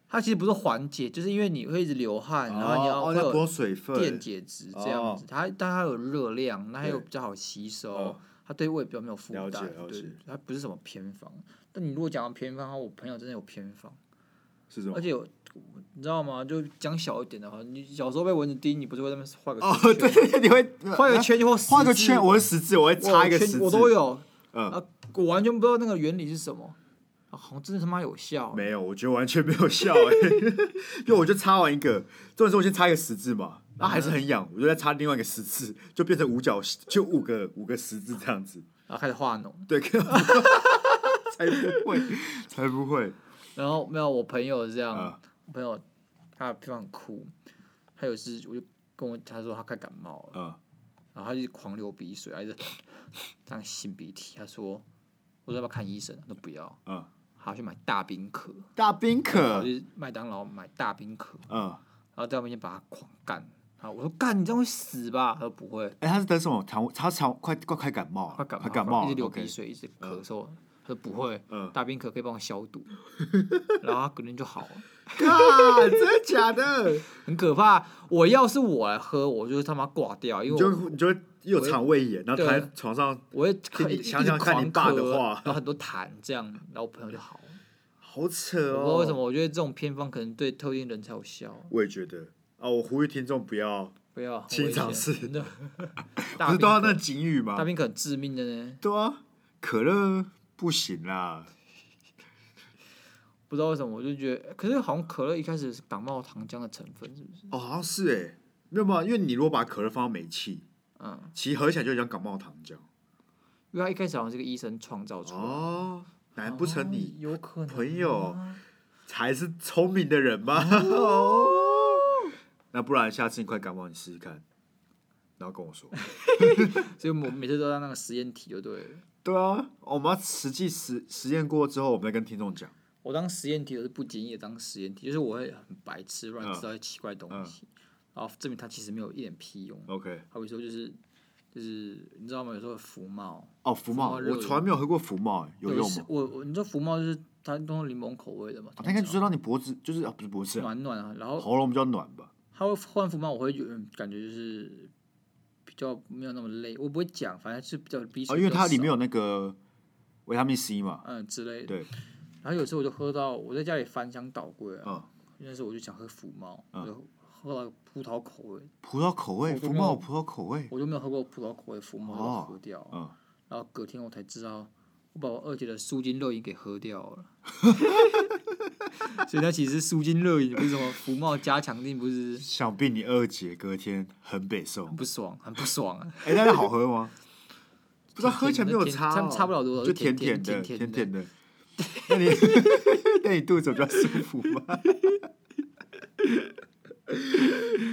Speaker 2: 他其实不是缓解，就是因为你会一直流汗，然后你要
Speaker 1: 哦，
Speaker 2: 会
Speaker 1: 要补充
Speaker 2: 有
Speaker 1: 水
Speaker 2: 电
Speaker 1: 分，
Speaker 2: 解质这样子。它但它有热量，那它又比较好吸收
Speaker 1: 哦，
Speaker 2: 它对胃比较没有负
Speaker 1: 了解
Speaker 2: 担。
Speaker 1: 了
Speaker 2: 对
Speaker 1: 解，
Speaker 2: 它不是什么偏方。但你如果讲到偏方的话，我朋友真的有偏方。
Speaker 1: 是这
Speaker 2: 而
Speaker 1: 种。
Speaker 2: 且有，你知道吗？就讲小一点的话，你小时候被蚊子叮，你不是会在那边画个
Speaker 1: 哦，
Speaker 2: 圈
Speaker 1: 对对对，你会呃
Speaker 2: 画个圈或
Speaker 1: 画个
Speaker 2: 十字
Speaker 1: 圈，我会十字，我会
Speaker 2: 我
Speaker 1: 插一个
Speaker 2: 圈
Speaker 1: 十字，
Speaker 2: 我都有，
Speaker 1: 嗯
Speaker 2: 啊，我完全不知道那个原理是什么，啊好像真的他妈有效欸，
Speaker 1: 没有，我觉得完全没有效、欸， 因为我就插完一个，重点是我先插一个十字嘛，那、还是很痒，我就再插另外一个十字，就变成五角，就五个五个十字这样子，
Speaker 2: 然后开始化脓，
Speaker 1: 对， 根本不才不会，才不会，
Speaker 2: 然后没有我朋友是这样，
Speaker 1: 啊
Speaker 2: 我朋友他的地方很酷，他有一次我就跟我他说他快感冒了，
Speaker 1: 啊
Speaker 2: 然后他就狂流鼻水，他就 这样擤鼻涕，他说我说要不要看医生啊，他说不要，
Speaker 1: 啊，
Speaker 2: 他要去买大冰壳，
Speaker 1: 大冰
Speaker 2: 我
Speaker 1: 可，
Speaker 2: 去麦当劳买大冰壳。
Speaker 1: 嗯，
Speaker 2: 然后在我面前把他狂干。然后我说干，你这样会死吧？他说不会，
Speaker 1: 哎、他是得什么糖？他糖快快快感冒了，
Speaker 2: 快感冒，
Speaker 1: 感冒了
Speaker 2: 一直流
Speaker 1: OK
Speaker 2: 鼻水，一直咳嗽。他说不会，
Speaker 1: 嗯
Speaker 2: 大冰可可以帮我 消毒。然后他隔天就好了，
Speaker 1: 干啊真的假的？
Speaker 2: 很可怕。我要是我来喝，我就是他妈挂掉，因
Speaker 1: 你
Speaker 2: 为我
Speaker 1: 就你就又有肠胃炎，然后
Speaker 2: 对
Speaker 1: 躺在床上，
Speaker 2: 我会咳
Speaker 1: 听你
Speaker 2: 一
Speaker 1: 想
Speaker 2: 一直
Speaker 1: 想看你
Speaker 2: 狂
Speaker 1: 爸的
Speaker 2: 咳
Speaker 1: 话
Speaker 2: 然后很多痰这样，然后我朋友就好了。
Speaker 1: 好扯
Speaker 2: 我
Speaker 1: 哦。
Speaker 2: 不知道为什么，我觉得这种偏方可能对特定人才有效。
Speaker 1: 我也觉得啊，我呼吁听众不要
Speaker 2: 不要，很
Speaker 1: 清
Speaker 2: 危
Speaker 1: 场
Speaker 2: 险
Speaker 1: 式
Speaker 2: 真的
Speaker 1: 不
Speaker 2: 大
Speaker 1: 是
Speaker 2: 冰
Speaker 1: 都要那
Speaker 2: 可
Speaker 1: 警语
Speaker 2: 大
Speaker 1: 吗？
Speaker 2: 冰可致命的呢，
Speaker 1: 对啊，可乐不行啦，
Speaker 2: 不知道为什么我就觉得，可是好像可乐一开始是感冒糖浆的成分，是不是？
Speaker 1: 哦，好像是哎、没有办法，因为你如果把可乐放到煤气，
Speaker 2: 嗯，
Speaker 1: 其实合起来就很像感冒糖浆。
Speaker 2: 因为它一开始好像是个医生创造出来的。
Speaker 1: 哦，难不成你
Speaker 2: 哦有可能
Speaker 1: 朋友
Speaker 2: 啊
Speaker 1: 才是聪明的人吗？哦 那不然下次你快感冒，你试试看，然后跟我说。
Speaker 2: 所以我们每次都在那个实验体就对了。
Speaker 1: 对啊，我们要实际实实验过之后，我们再跟听众讲。
Speaker 2: 我当实验体，我是不经意的当实验体，就是我会很白痴乱
Speaker 1: 嗯
Speaker 2: 吃到一些奇怪的东西，然后证明它其实没有一点屁用。
Speaker 1: OK，
Speaker 2: 好比说就是就是你知道吗？有时候福茂
Speaker 1: 哦，福茂，
Speaker 2: 福茂热
Speaker 1: 我从来没有喝过福茂，欸有
Speaker 2: 一
Speaker 1: 用
Speaker 2: 次
Speaker 1: 吗？
Speaker 2: 我我你知道福茂就是它都是柠檬口味的嘛，
Speaker 1: 哦它应该就是让你脖子，就是啊，不是脖子啊，
Speaker 2: 暖暖啊，然后
Speaker 1: 喉咙比较暖吧？
Speaker 2: 它会换福茂，我会有点感觉就是比较没有那么累，我不会讲，反正是比较逼。
Speaker 1: 哦，因为它里面有那个维他命 C 嘛。
Speaker 2: 嗯之类的。
Speaker 1: 对。
Speaker 2: 然后有时候我就喝到我在家里翻箱倒柜啊，
Speaker 1: 嗯，
Speaker 2: 那时候我就想喝福猫，我就喝到葡萄口味，
Speaker 1: 葡萄口味，
Speaker 2: 我都
Speaker 1: 福
Speaker 2: 没有
Speaker 1: 茂有葡萄口味。
Speaker 2: 我就没有喝过葡萄口味的福猫，
Speaker 1: 哦
Speaker 2: 我就喝掉。
Speaker 1: 嗯
Speaker 2: 然后隔天我才知道，我把我二姐的舒筋热饮给喝掉 了。所以它其实是舒筋热饮，不是什么福茂加强定，不是
Speaker 1: 想必你二姐隔天很北宋
Speaker 2: 很。不爽，很不爽啊！
Speaker 1: 哎，那个好喝吗？不知道喝起来没有
Speaker 2: 甜
Speaker 1: 差哦，
Speaker 2: 差差不了多少
Speaker 1: 就
Speaker 2: 就
Speaker 1: 甜
Speaker 2: 甜
Speaker 1: 甜的，
Speaker 2: 甜
Speaker 1: 甜
Speaker 2: 甜
Speaker 1: 甜的。那你那你 肚子比较舒服吗？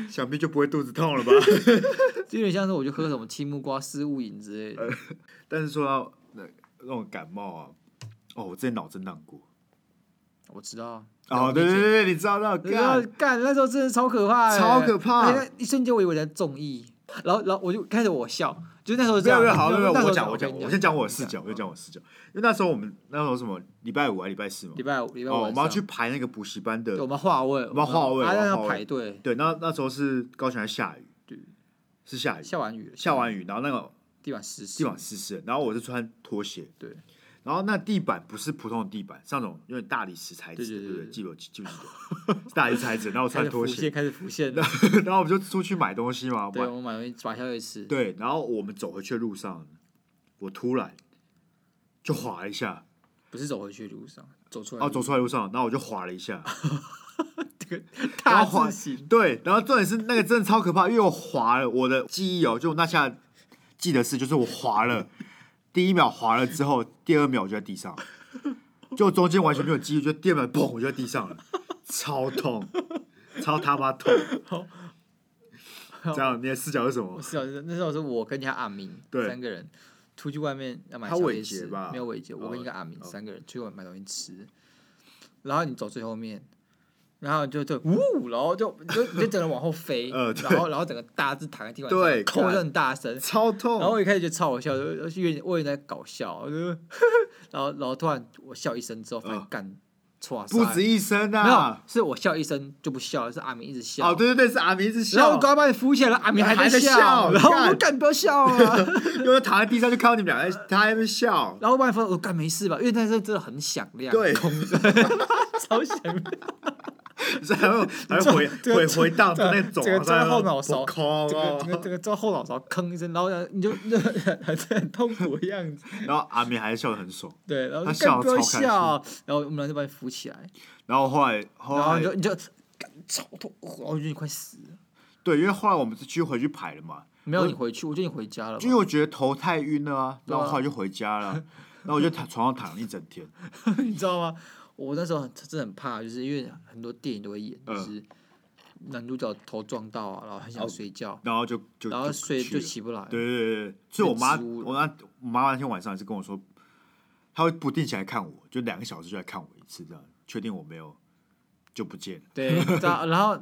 Speaker 1: 想必就不会肚子痛了吧？
Speaker 2: 就有点像是我就喝什么青木瓜丝雾饮之类的，
Speaker 1: 但是说到那那种感冒啊，哦，我之前脑震荡过。
Speaker 2: 我知道啊。
Speaker 1: 哦，对对对对，你知道那
Speaker 2: 然后
Speaker 1: 干
Speaker 2: 干那时候真的超可怕的，
Speaker 1: 超可怕
Speaker 2: 而且那一瞬间我以为在中意，然后然后我就开始我笑，就是那时候
Speaker 1: 没
Speaker 2: 这
Speaker 1: 有
Speaker 2: 样。
Speaker 1: 没有好没有没有，
Speaker 2: 那时候
Speaker 1: 我讲我
Speaker 2: 跟
Speaker 1: 讲，
Speaker 2: 你
Speaker 1: 我先讲我的视
Speaker 2: 嗯
Speaker 1: 角，我先讲我的视角。因为那时候我们那时候什么礼拜五啊还礼拜四嘛，
Speaker 2: 礼拜五礼拜五
Speaker 1: 哦，我
Speaker 2: 晚
Speaker 1: 们要
Speaker 2: 上
Speaker 1: 去排那个补习班
Speaker 2: 对我
Speaker 1: 的，
Speaker 2: 们话位，我
Speaker 1: 们话位
Speaker 2: 还
Speaker 1: 我们
Speaker 2: 在那
Speaker 1: 话位
Speaker 2: 排队，
Speaker 1: 对，那那时候是高雄还下雨，
Speaker 2: 对，
Speaker 1: 是下雨，
Speaker 2: 下完雨了
Speaker 1: 下完雨，然后那个
Speaker 2: 地板湿湿，
Speaker 1: 地板湿湿的，然后我就穿拖鞋，
Speaker 2: 对，
Speaker 1: 然后那地板不是普通的地板，是那种有点大理石材质
Speaker 2: 对
Speaker 1: 的，
Speaker 2: 对
Speaker 1: 对
Speaker 2: 对
Speaker 1: 不对？
Speaker 2: 对
Speaker 1: 记不记不记得？是大理石材质，然后我
Speaker 2: 开
Speaker 1: 穿
Speaker 2: 始
Speaker 1: 拖
Speaker 2: 浮
Speaker 1: 鞋，
Speaker 2: 现开始浮现，
Speaker 1: 然后我们就出去买东西嘛，
Speaker 2: 对，
Speaker 1: 买
Speaker 2: 我们买东西把宵夜吃，
Speaker 1: 对，然后我们走回去的路上，我突然就滑了一下，
Speaker 2: 不是走回去的路上，走出来
Speaker 1: 然后哦 走出来路上，然后我就滑了一下，
Speaker 2: 大
Speaker 1: 然后滑
Speaker 2: 字型，
Speaker 1: 对，然后重点是那个真的超可怕，因为我滑了，我的记忆哦，就我那下记得是就是我滑了，第一秒滑了之后，第二秒我就在地上，就中间完全没有记忆，就第二秒砰我就在地上了，超痛，超他妈痛。这样你的视角是什么
Speaker 2: 我？是啊，那时候是我跟人家阿明
Speaker 1: 对
Speaker 2: 三个人出去外面要买
Speaker 1: 他
Speaker 2: 小
Speaker 1: 伟
Speaker 2: 夜
Speaker 1: 杰
Speaker 2: 市
Speaker 1: 吧
Speaker 2: 没有伟杰，我跟一个阿明
Speaker 1: 哦
Speaker 2: 三个人出去买东西吃，然后你走最后面，然后就就呜，然后就就你就整个往后飞，
Speaker 1: 嗯 呃对
Speaker 2: 然后然后整个大字躺在地板上，
Speaker 1: 对
Speaker 2: 扣
Speaker 1: 干
Speaker 2: 得很大声，
Speaker 1: 超
Speaker 2: 然后
Speaker 1: 痛！
Speaker 2: 我一开始就超好笑，就就有点我有点在搞笑，我就 然后然后突然我笑一声之后，发现
Speaker 1: 嗯
Speaker 2: 干，错啊
Speaker 1: 不止一声
Speaker 2: 没有
Speaker 1: 啊！，
Speaker 2: 是我笑一声就不笑了，是阿明一直笑，
Speaker 1: 哦，对对对，是阿明一直
Speaker 2: 然后我
Speaker 1: 笑，
Speaker 2: 刚把你扶起来了，阿明
Speaker 1: 还在
Speaker 2: 在
Speaker 1: 笑
Speaker 2: 然后我
Speaker 1: 干
Speaker 2: 说干不要笑啊，
Speaker 1: 因为躺在地上就看到你们俩在，他在那边笑。
Speaker 2: 然后外放我哦干没事吧，因为那时候真的很响亮，
Speaker 1: 对，
Speaker 2: 超响亮，
Speaker 1: 是还 会还会回
Speaker 2: 这个
Speaker 1: 回回荡
Speaker 2: 这个
Speaker 1: 那种，
Speaker 2: 这个在后脑勺
Speaker 1: 空，啊
Speaker 2: 这个这个这个在后脑勺吭一声，然后你就很很痛苦的样子，
Speaker 1: 然后阿明还笑得很爽，
Speaker 2: 对，然后
Speaker 1: 他
Speaker 2: 就干
Speaker 1: 笑
Speaker 2: 不要
Speaker 1: 得超开心
Speaker 2: 笑，然后我们俩就把你扶起来，
Speaker 1: 然后后来后
Speaker 2: 然后
Speaker 1: 来
Speaker 2: 你就你就干超痛，然后我觉得你快死了，
Speaker 1: 对，因为后来我们是继续回去排了嘛，
Speaker 2: 没有你回去，我觉得你回家了吧
Speaker 1: 就因为我觉得头太晕了啊，
Speaker 2: 对
Speaker 1: 然
Speaker 2: 啊
Speaker 1: 后后来就回家了，然后我就躺床上躺了一整天，
Speaker 2: 你知道吗？我那时候很真的很怕，就是因为很多电影都会演，就
Speaker 1: 嗯哦
Speaker 2: 是男主角头撞到啊，然后很想睡觉，
Speaker 1: 然后就就
Speaker 2: 然后
Speaker 1: 就
Speaker 2: 睡
Speaker 1: 去
Speaker 2: 就
Speaker 1: 了
Speaker 2: 起不来，
Speaker 1: 对对对对，所以我妈
Speaker 2: 被植物了
Speaker 1: 我妈我妈那天晚上也是跟我说，她会不定期来看我，就两个小时就来看我一次，这样确定我没有就不见了。
Speaker 2: 对，然后然后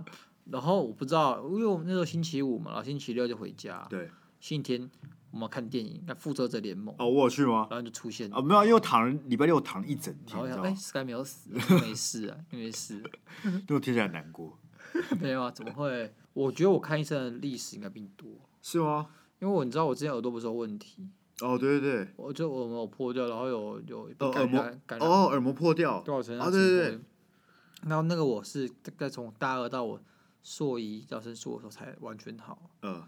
Speaker 2: 然后我不知道，因为我们那时候星期五嘛，然后星期六就回家，
Speaker 1: 对，
Speaker 2: 星期天我们看电影，看《复仇者联盟》，
Speaker 1: 哦，我有去吗？
Speaker 2: 然后就出现，
Speaker 1: 啊，没有，因为我躺了礼拜六我躺了一整
Speaker 2: 然
Speaker 1: 天，
Speaker 2: 后
Speaker 1: 你
Speaker 2: 我
Speaker 1: 知
Speaker 2: 想
Speaker 1: 道
Speaker 2: 哎
Speaker 1: 吗？
Speaker 2: ，Sky 没 有死，你没事啊，你没事，
Speaker 1: 因为我听起来很难过，
Speaker 2: 没有啊，怎么会？我觉得我看医生的历史应该比你多，
Speaker 1: 是吗？
Speaker 2: 因为我你知道我之前耳朵不是有问题，
Speaker 1: 哦，对对对，
Speaker 2: 我就我们有破掉，然后有有
Speaker 1: 哦
Speaker 2: 被
Speaker 1: 耳
Speaker 2: 感
Speaker 1: 膜
Speaker 2: 染感染
Speaker 1: 哦耳膜破掉，
Speaker 2: 多少层
Speaker 1: 啊对对对
Speaker 2: 然后那个我是大概从大二到我硕一要升硕的时候才完全好。
Speaker 1: 嗯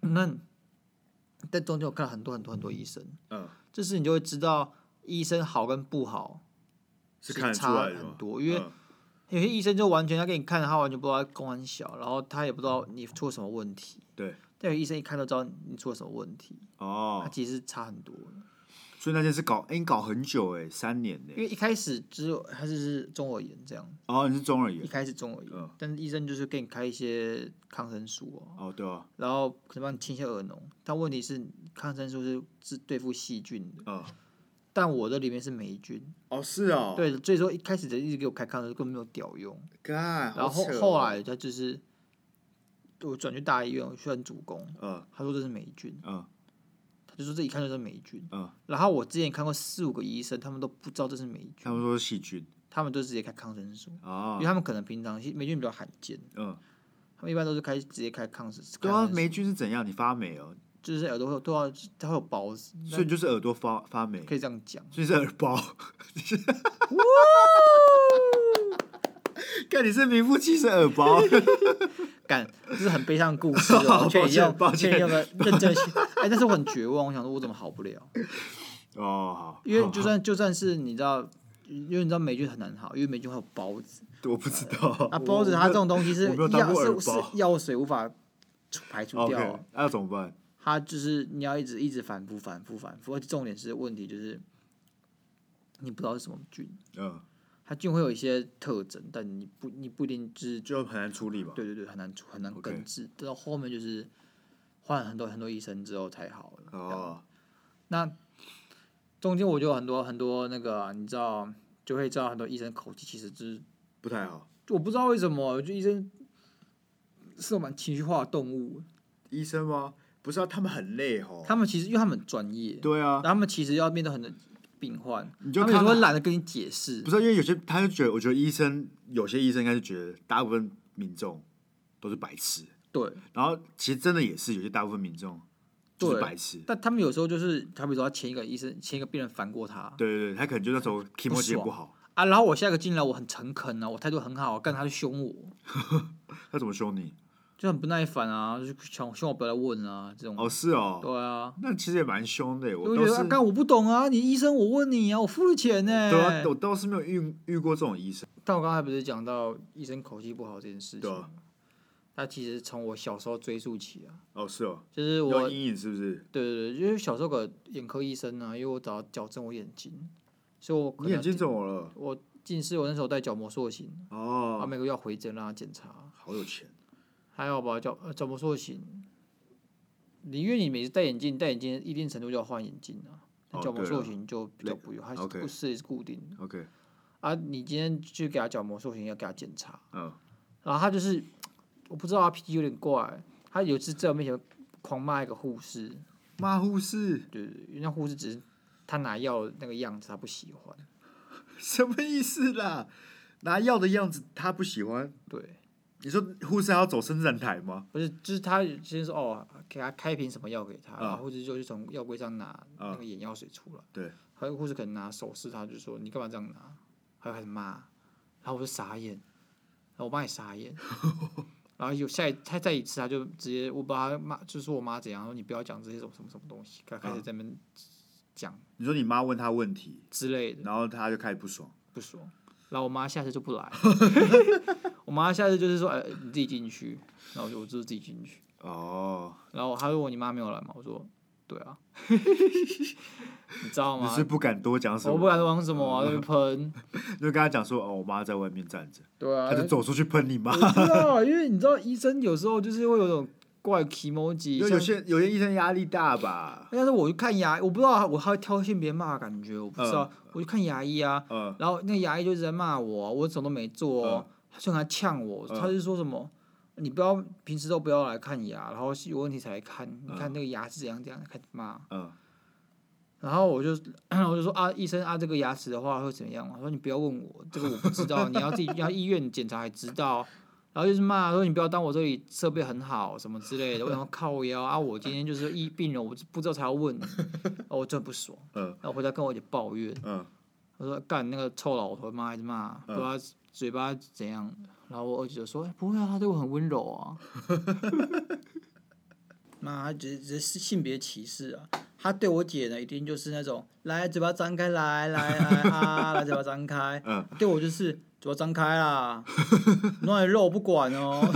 Speaker 2: 那但中间我看了很多很多很多医生，
Speaker 1: 嗯，
Speaker 2: 这时你就会知道医生好跟不好
Speaker 1: 是看得出
Speaker 2: 差
Speaker 1: 来的
Speaker 2: 很
Speaker 1: 吗？
Speaker 2: 多，因为
Speaker 1: 嗯
Speaker 2: 有些医生就完全他给你看，他完全不知道公安小，然后他也不知道你出了什么问题。
Speaker 1: 对
Speaker 2: 但有医生一看就知道你出了什么问题，他
Speaker 1: 哦，
Speaker 2: 其实差很多的。
Speaker 1: 所以那件事搞，哎，你搞很久哎，三年
Speaker 2: 因
Speaker 1: 呢。
Speaker 2: 为一开始只有他就是中耳炎这样，
Speaker 1: 哦，你是中耳
Speaker 2: 一
Speaker 1: 炎
Speaker 2: 开始中耳炎，
Speaker 1: 嗯
Speaker 2: 但是医生就是给你开一些抗生素哦，
Speaker 1: 哦，对啊，
Speaker 2: 然后可能帮你清一些耳脓。但问题是，抗生素是是对付细菌的，
Speaker 1: 嗯，
Speaker 2: 但我这里面是霉菌。
Speaker 1: 哦是哦，
Speaker 2: 对，所以说一开始就一直给我开抗生素根本没有屌用。
Speaker 1: God，然
Speaker 2: 然后后后来他就是我转去大医院，我去按主攻，
Speaker 1: 嗯
Speaker 2: 他说这是霉菌，
Speaker 1: 嗯
Speaker 2: 他就说这一看就是霉菌。
Speaker 1: 嗯，
Speaker 2: 然后我之前看过四五个医生，他们都不知道这是霉
Speaker 1: 他
Speaker 2: 菌，
Speaker 1: 们说是细菌
Speaker 2: 他们就直接开抗生素，因
Speaker 1: 啊
Speaker 2: 为，他们可能平常霉菌比较罕见，
Speaker 1: 嗯，
Speaker 2: 他们一般都是开直接开抗生素。
Speaker 1: 对啊，
Speaker 2: 抗生素
Speaker 1: 霉菌是怎样？你发霉哦，
Speaker 2: 就是耳朵会有对啊，它会有孢子，
Speaker 1: 所以你就是耳朵发发霉
Speaker 2: 那，可以这样讲。
Speaker 1: 所以是耳 包。看你是名副其实耳包，，
Speaker 2: 干，这是很悲伤的故事 哦却
Speaker 1: 抱
Speaker 2: 也要
Speaker 1: 歉抱
Speaker 2: 却
Speaker 1: 歉
Speaker 2: 也要个认真些。哎，但是我很绝望，我想说我怎么好不了？
Speaker 1: 哦，好，
Speaker 2: 因为就算就算是你知道，因为你知道霉菌很难好，因为霉菌会有孢子。
Speaker 1: 我不知道
Speaker 2: 啊，包子它这种东西
Speaker 1: 我
Speaker 2: 是
Speaker 1: 没有当
Speaker 2: 药
Speaker 1: 过
Speaker 2: 是
Speaker 1: 耳
Speaker 2: 是
Speaker 1: 包
Speaker 2: 药水无法除排除
Speaker 1: OK，
Speaker 2: 掉
Speaker 1: 那
Speaker 2: 哦，、
Speaker 1: 要怎么办？
Speaker 2: 它就是你要一直一直反复反复反复，而且重点是问题就是你不知道是什么菌，
Speaker 1: 嗯，
Speaker 2: 它菌会有一些特征，但你不你不一定就是
Speaker 1: 就很难处理嘛。
Speaker 2: 对对对很难除很难
Speaker 1: OK
Speaker 2: 根治，到后面就是换了很多很多医生之后才好了。这样
Speaker 1: 哦，
Speaker 2: 那中间我就有很多很多那个啊、你知道就会知道很多医生口气其实就是
Speaker 1: 不太好。
Speaker 2: 我不知道为什么，就医生是蛮情绪化的动物。
Speaker 1: 医生吗？不是啊，他们很累哦。
Speaker 2: 他们其实因为他们很专业，
Speaker 1: 对啊，
Speaker 2: 他们其实要面对很多病患，
Speaker 1: 你就
Speaker 2: 他
Speaker 1: 看
Speaker 2: 们有时
Speaker 1: 他
Speaker 2: 候会懒得跟你解释
Speaker 1: 不。是啊因为有些，他就觉得，我觉得医生有些医生应该是觉得，大部分民众都是白痴。
Speaker 2: 对，
Speaker 1: 然后其实真的也是，有些大部分民众就是
Speaker 2: 对
Speaker 1: 白痴。
Speaker 2: 但他们有时候就是，他比如说他前一个医生、前一个病人烦过他
Speaker 1: 对对对，他可能就那时候 k i m o 也
Speaker 2: 爽
Speaker 1: 不好，
Speaker 2: 啊，然后我下一个进来，我很诚恳啊，我态度很好啊，但他就凶我，
Speaker 1: 他怎么凶你？
Speaker 2: 就很不耐烦啊，就想凶我不要来问啊这种。
Speaker 1: 哦，是哦，
Speaker 2: 对啊，
Speaker 1: 那其实也蛮凶的耶，我
Speaker 2: 我
Speaker 1: 都
Speaker 2: 就觉
Speaker 1: 是
Speaker 2: 得啊，干我不懂啊，你医生我问你啊，我付了钱呢、
Speaker 1: 对啊，
Speaker 2: 哎
Speaker 1: 我倒是没有遇遇过这种医生，
Speaker 2: 但我刚才不是讲到医生口气不好这件事情
Speaker 1: 对
Speaker 2: 吗
Speaker 1: 啊？
Speaker 2: 那其实从我小时候追溯起啊，
Speaker 1: 哦是哦，
Speaker 2: 就是我
Speaker 1: 有
Speaker 2: 对
Speaker 1: 阴影是不是？
Speaker 2: 对对，就是小时候个眼科医生啊，因为我找他矫正我眼睛，所以我可
Speaker 1: 你
Speaker 2: 能
Speaker 1: 眼睛怎么了？
Speaker 2: 我近视，我那时候戴角膜塑形，啊
Speaker 1: 哦，
Speaker 2: 每个月要回诊让他检查，
Speaker 1: 好有钱，
Speaker 2: 还好吧？角呃角膜塑形，你因为你每次戴眼镜，戴眼镜一定程度就要换眼镜啊，那
Speaker 1: 哦
Speaker 2: 角膜
Speaker 1: 对
Speaker 2: 塑
Speaker 1: 啦
Speaker 2: 形就比较不用，它是
Speaker 1: OK
Speaker 2: 故事也是固定的
Speaker 1: OK，
Speaker 2: 啊。你今天去给他角膜塑形，要给他检查，
Speaker 1: 嗯，
Speaker 2: 然后他就是，我不知道他脾气有点怪，他有一次在我面前狂骂一个护士，
Speaker 1: 骂护士
Speaker 2: 对对对，因为那护士只是他拿药的那个样子他不喜欢，
Speaker 1: 什么意思啦？拿药的样子他不喜欢，
Speaker 2: 对，
Speaker 1: 你说护士还要走伸展台吗？
Speaker 2: 不是，就是他先说哦，给他开瓶什么药给他，
Speaker 1: 啊
Speaker 2: 然后护士就去从药柜上拿
Speaker 1: 啊
Speaker 2: 那个眼药水出来，
Speaker 1: 对，
Speaker 2: 还有护士可能拿手势，他就说你干嘛这样拿，还有开始骂，然后我就傻眼，然后我妈也傻 眼。然后有下一他再一次，他就直接我把他骂，就是说我妈怎样，说你不要讲这些什么什么什么东西，
Speaker 1: 啊
Speaker 2: 他开始在那边讲
Speaker 1: 你说你妈问他问题，
Speaker 2: 之类的，
Speaker 1: 然后他就开始不爽，
Speaker 2: 不爽。然后我妈下次就不 来了，我妈下次就是说，哎、你自己进去。然后我就我就自己进去。
Speaker 1: 哦，
Speaker 2: 然后她就问你妈没有来吗？我说，对啊。 你知道
Speaker 1: 你
Speaker 2: 吗？
Speaker 1: 是嗯不敢多讲什
Speaker 2: 我
Speaker 1: 么，
Speaker 2: 不敢讲什么、啊，就喷。
Speaker 1: 就跟他讲说，哦，我妈在外面站着，
Speaker 2: 对啊，
Speaker 1: 他就走出去喷你妈。
Speaker 2: 我知道，因 为你知道医生有时候就是会有种怪 emoji，
Speaker 1: 就有
Speaker 2: 像
Speaker 1: 些有些医生压力大吧，
Speaker 2: 但是我去看牙，我不知道我还会挑性别骂的感觉，我不知道，我去看牙医啊，
Speaker 1: 嗯
Speaker 2: 然后那个牙医就一直在骂我，我什么都没做、哦，他就还呛我，
Speaker 1: 嗯
Speaker 2: 他就说什么。你不要平时都不要来看牙，然后是有问题才来看。你看那个牙齿怎样怎样，开始骂。
Speaker 1: 嗯，
Speaker 2: 然后我就 我就说啊，医生啊，这个牙齿的话会怎么样？我说你不要问我，这个我不知道，你要自己要医院检查才知道。然后就是骂说你不要当我这里设备很好什么之类的，我想说靠腰啊，我今天就是医病人，我不知道才要问你，哦，我真的不爽。
Speaker 1: 嗯
Speaker 2: 然后回家跟我姐抱怨，
Speaker 1: 嗯，
Speaker 2: 我说干那个臭老头，妈一直骂，不知道嘴巴怎样。然后我二姐就说、哎不会啊，他对我很温柔啊。 妈，这这是性别歧视啊！他对我姐呢，一定就是那种来嘴巴张开，来来来啊，来嘴巴张开。
Speaker 1: 嗯
Speaker 2: 对我就是嘴巴张开啦，弄点肉我不管哦。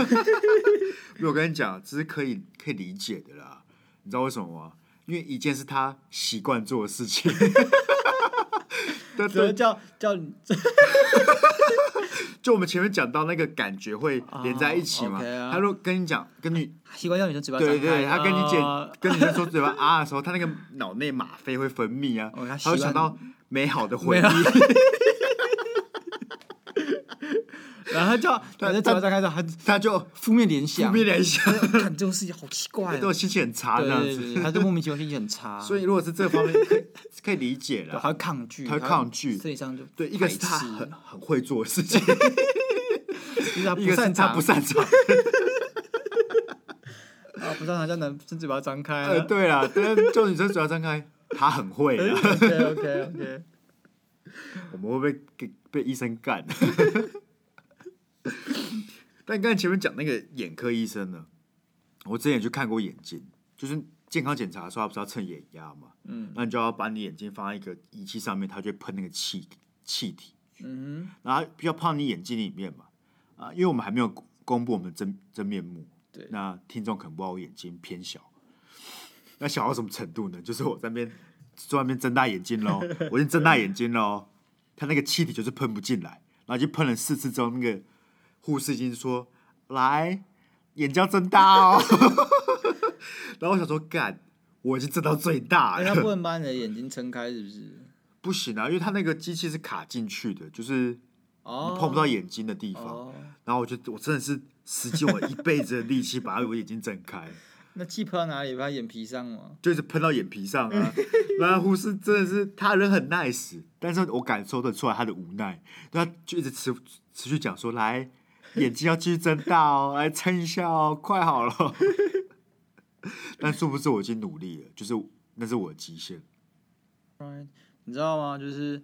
Speaker 1: 因为我跟你讲，这是可以可以理解的啦。你知道为什么吗？因为一件是他习惯做的事 情，但
Speaker 2: 只能
Speaker 1: 对，
Speaker 2: 叫叫
Speaker 1: 就我们前面讲到那个感觉会连在一起嘛。
Speaker 2: 哦，OK 啊
Speaker 1: 他如果跟你讲，跟你
Speaker 2: 习惯叫女生嘴巴张开。
Speaker 1: 对对对，他跟你姐、
Speaker 2: 啊
Speaker 1: 跟女生说嘴巴啊的时候，他那个脑内吗啡会分泌啊，
Speaker 2: 哦他习
Speaker 1: 他会
Speaker 2: 惯
Speaker 1: 想到美好的回忆
Speaker 2: 美， 然后叫反正嘴巴张开的，他
Speaker 1: 他就
Speaker 2: 负面联
Speaker 1: 负
Speaker 2: 想，
Speaker 1: 面联想，
Speaker 2: 看这种事情好奇怪
Speaker 1: 对
Speaker 2: 哦。
Speaker 1: 我心情很差这
Speaker 2: 对
Speaker 1: 样
Speaker 2: 对对
Speaker 1: 子。
Speaker 2: 对，他就莫名其妙心情很差，
Speaker 1: 所以如果是这方面，可以可以理解
Speaker 2: 对
Speaker 1: 啦。
Speaker 2: 他会抗拒，
Speaker 1: 他会抗拒
Speaker 2: 所以这样就
Speaker 1: 对，一个是他
Speaker 2: 排斥
Speaker 1: 很很会做的事情，
Speaker 2: 就是他
Speaker 1: 一
Speaker 2: 不
Speaker 1: 个是
Speaker 2: 擅
Speaker 1: 他
Speaker 2: 长，
Speaker 1: 不擅长。
Speaker 2: 啊不擅长叫男生嘴巴张开
Speaker 1: 呃，
Speaker 2: 啊。
Speaker 1: 对啦，对，就女生嘴巴张开，他很会啦。
Speaker 2: OK OK OK，
Speaker 1: 我们会被给被医生干。 但刚才前面讲那个眼科医生呢，我之前也去看过眼睛，就是健康检查的时候，他不是要测眼压嘛？
Speaker 2: 嗯
Speaker 1: 那你就要把你眼睛放在一个仪器上面，它就会喷那个气气体，
Speaker 2: 嗯
Speaker 1: 然后它比较泡你眼睛里面嘛。啊，因为我们还没有公公布我们的真真面目，
Speaker 2: 对
Speaker 1: 那听众可能不知道我眼睛偏小，那小到什么程度呢？就是我在那边坐在那边睁大眼睛喽，我已经睁大眼睛喽，他那个气体就是喷不进来，然后就喷了四次之后，那个护士已经说来眼睛要睁大哦， 然后我想说干，我已经睁到最大
Speaker 2: 哼，
Speaker 1: 了，
Speaker 2: 哎他不能把你的眼睛撑开是不是？
Speaker 1: 不行啊，因为他那个机器是卡进去的，就是
Speaker 2: 哦
Speaker 1: 你，碰不到眼睛的地方。
Speaker 2: 哦，
Speaker 1: 然后我就我真的是使尽我一辈子的力气把我眼睛睁开，
Speaker 2: 那气喷到哪里？喷眼皮上吗？
Speaker 1: 就是喷到眼皮上 啊。然后护士真的是他人很 nice，但是我感受得出来他的无奈，他就一直持持续讲说来眼睛要继续睁大哦，来撑一下哦，快好了。 但殊不知我已经努力了，就是那是我的极限。
Speaker 2: Right，你知道吗？就是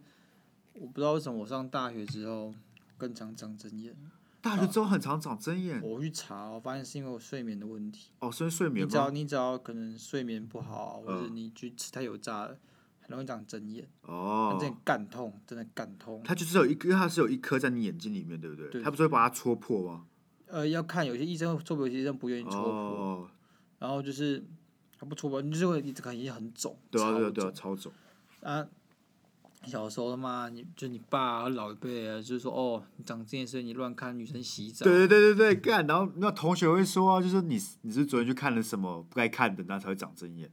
Speaker 2: 我不知道为什么我上大学之后更常长针眼。
Speaker 1: 大学之后很常长针眼
Speaker 2: 我去查，我发现是因为我睡眠的问题。
Speaker 1: 哦，所以睡
Speaker 2: 嗯你
Speaker 1: 眠
Speaker 2: 只要
Speaker 1: 吗？
Speaker 2: 你只要可能睡眠不好啊，或者
Speaker 1: 嗯
Speaker 2: 你去吃太油炸了，很容易长针眼，
Speaker 1: 哦，
Speaker 2: 真的干痛，真的干痛。
Speaker 1: 它就是有一颗，因为它是有一颗在你眼睛里面，对不对？
Speaker 2: 对
Speaker 1: 它不是会把它戳破吗？
Speaker 2: 呃，要看有些医生会戳破，有些医生不愿意戳破，
Speaker 1: 哦，
Speaker 2: 然后就是他不戳破，你就是会一直看眼睛很肿，
Speaker 1: 对啊，
Speaker 2: 超
Speaker 1: 对啊，对啊，
Speaker 2: 肿
Speaker 1: 超肿。
Speaker 2: 啊，小时候他妈，你就你爸啊老一辈啊，就是说哦，你长这件事你乱看女生洗澡，
Speaker 1: 对对对对对，干！然后那同学会说啊，就是你你是昨天去看了什么不该看的，那才会长针眼。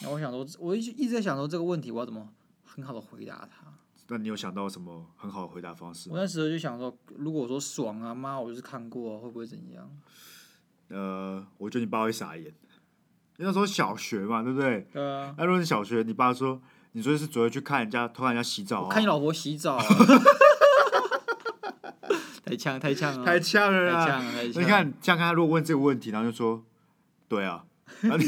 Speaker 2: 然后我想说，我一直一直在想说这个问题我要怎么很好的回答他。
Speaker 1: 那你有想到什么很好的回答方式吗？
Speaker 2: 我那时候就想说，如果我说爽啊，妈，我就是看过、啊，会不会怎样？
Speaker 1: 呃，我觉得你爸会傻眼，因为那时候小学嘛，对不对？
Speaker 2: 对啊，
Speaker 1: 那如果是小学，你爸说你昨天是昨天去看人家偷看人家洗澡、
Speaker 2: 我
Speaker 1: 哦，
Speaker 2: 看你老婆洗澡、啊， 太呛太呛啊，
Speaker 1: 太呛了
Speaker 2: 太
Speaker 1: 啦！
Speaker 2: 呛了，太
Speaker 1: 那
Speaker 2: 呛。
Speaker 1: 你看，这样看他如果问这个问题，然后就说，对 啊，那你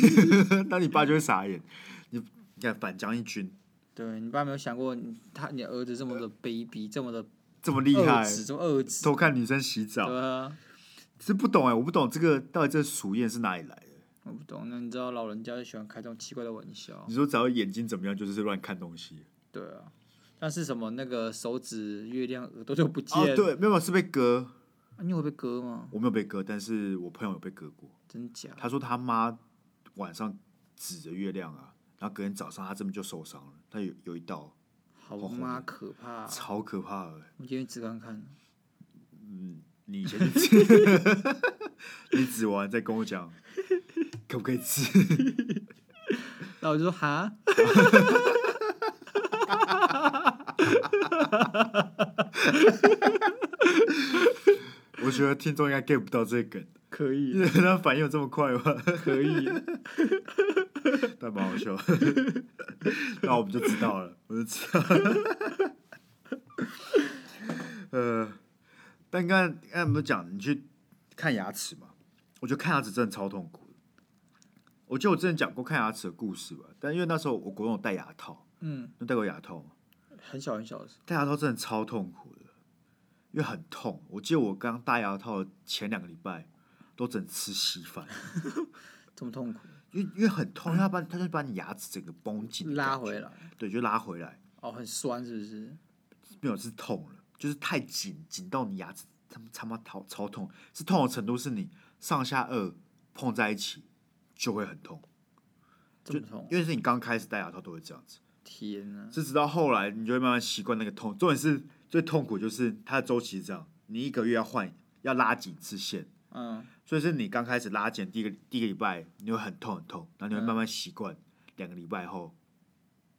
Speaker 1: 那你爸就会傻眼。你你看反将一军
Speaker 2: 对你爸没有想过你，他你儿子这么的卑鄙，这么的
Speaker 1: 这么厉害
Speaker 2: 恶，质，这么恶质，
Speaker 1: 偷看女生洗澡，
Speaker 2: 对啊，
Speaker 1: 是不懂哎、我不懂这个到底这个俗谚是哪里来的？
Speaker 2: 我不懂。那你知道老人家就喜欢开这种奇怪的玩笑，
Speaker 1: 你说只要眼睛怎么样，就是乱看东西
Speaker 2: 对啊。但是什么那个手指、月亮、耳朵就不见，
Speaker 1: 哦，对，没有是被割，
Speaker 2: 啊你有被割吗？
Speaker 1: 我没有被割，但是我朋友有被割过。
Speaker 2: 真假？
Speaker 1: 他说他妈晚上指着月亮啊，然后隔天早上他这边就受伤了，他有有一道好
Speaker 2: 好
Speaker 1: 红
Speaker 2: 妈可怕啊、
Speaker 1: 超可怕的欸、
Speaker 2: 我今天只敢看。
Speaker 1: 你先去吃，你指完再跟我讲，可不可以吃？
Speaker 2: 那我就说哈，
Speaker 1: 我觉得听众应该 get 不到这个梗，
Speaker 2: 可以，
Speaker 1: 因为他反应有这么快吗？
Speaker 2: 可 以，
Speaker 1: 但蛮好笑， 那我们就知道了，我就知道了。 呃，但刚才刚才我们都讲，你去看牙齿嘛，我觉得看牙齿真的超痛苦的。我记得我之前讲过看牙齿的故事吧，但因为那时候我国中有戴牙套，
Speaker 2: 嗯，
Speaker 1: 你有戴过牙套吗？
Speaker 2: 很小很小的时候，
Speaker 1: 戴牙套真的超痛苦的，因为很痛。我记得我刚戴牙套的前两个礼拜都只能吃稀饭，
Speaker 2: 这么痛苦，
Speaker 1: 因为因为很痛，因为它把它就把你牙齿整个绷紧，
Speaker 2: 拉回，来，
Speaker 1: 对，就拉回来，
Speaker 2: 哦，很酸是不是？
Speaker 1: 没有是痛了，就是太紧，紧到你牙齿他妈他妈超超痛，是痛的程度是你上下颚碰在一起就会很痛，
Speaker 2: 这么痛，
Speaker 1: 因为是你刚开始戴牙套都会这样子，
Speaker 2: 天哪！
Speaker 1: 是直到后来你就会慢慢习惯那个痛。重点是最痛苦就是它的周期是这样，你一个月要换要拉几次线，
Speaker 2: 嗯，
Speaker 1: 所以是你刚开始拉茧第一个第一个礼拜你会很痛很痛，然后你会慢慢习惯，两个礼拜后，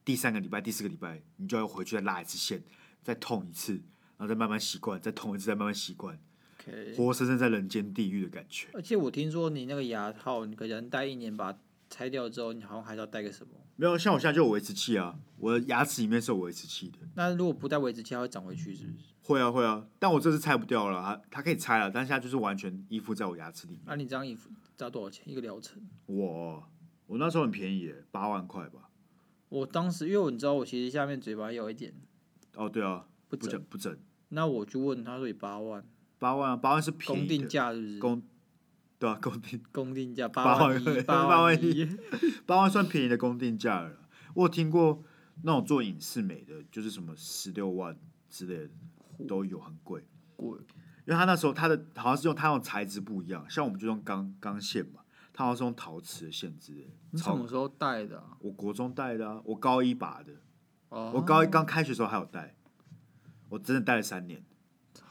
Speaker 1: 第三个礼拜第四个礼拜你就要回去再拉一次线，再痛一次，然后再慢慢习惯，再痛一次，再慢慢习惯，
Speaker 2: OK。
Speaker 1: 活生生在人间地狱的感觉。
Speaker 2: 而且我听说你那个牙套，你可能戴一年把它拆掉之后，你好像还是要戴个什么。
Speaker 1: 没有，像我现在就有维持器啊，我的牙齿里面是有维持器的。
Speaker 2: 那如果不戴维持器，它会长回去，是不是？
Speaker 1: 会啊会啊，但我这次拆不掉了，它它可以拆了，但现在就是完全依附在我牙齿里面。
Speaker 2: 啊那、你这样一副要多少钱一个疗程？
Speaker 1: 我我那时候很便宜耶，八万块吧。
Speaker 2: 我当时因为我你知道我其实下面嘴巴有一点
Speaker 1: 哦对啊，
Speaker 2: 不
Speaker 1: 不
Speaker 2: 整，
Speaker 1: 整不整，
Speaker 2: 那我就问他说你八万
Speaker 1: 八万啊八万是便宜
Speaker 2: 公
Speaker 1: 的
Speaker 2: 定价是不是？
Speaker 1: 公，对啊，公定
Speaker 2: 公定价
Speaker 1: 八
Speaker 2: 八
Speaker 1: 万
Speaker 2: 万一，
Speaker 1: 一
Speaker 2: 八
Speaker 1: 八万
Speaker 2: 一，
Speaker 1: 八万算便宜的公定价了啦。我有听过那种做影视美的，就是什么十六万之类的都有，很贵。
Speaker 2: 贵
Speaker 1: 因为他那时候他的好像是用他用材质不一样，像我们就用钢钢线嘛，他好像是用陶瓷的线之类的。
Speaker 2: 你什
Speaker 1: 超
Speaker 2: 么时候戴的、啊？
Speaker 1: 我国中戴的啊，我高一拔的，
Speaker 2: 哦，
Speaker 1: 我高一刚开学的时候还有戴，我真的戴了三年，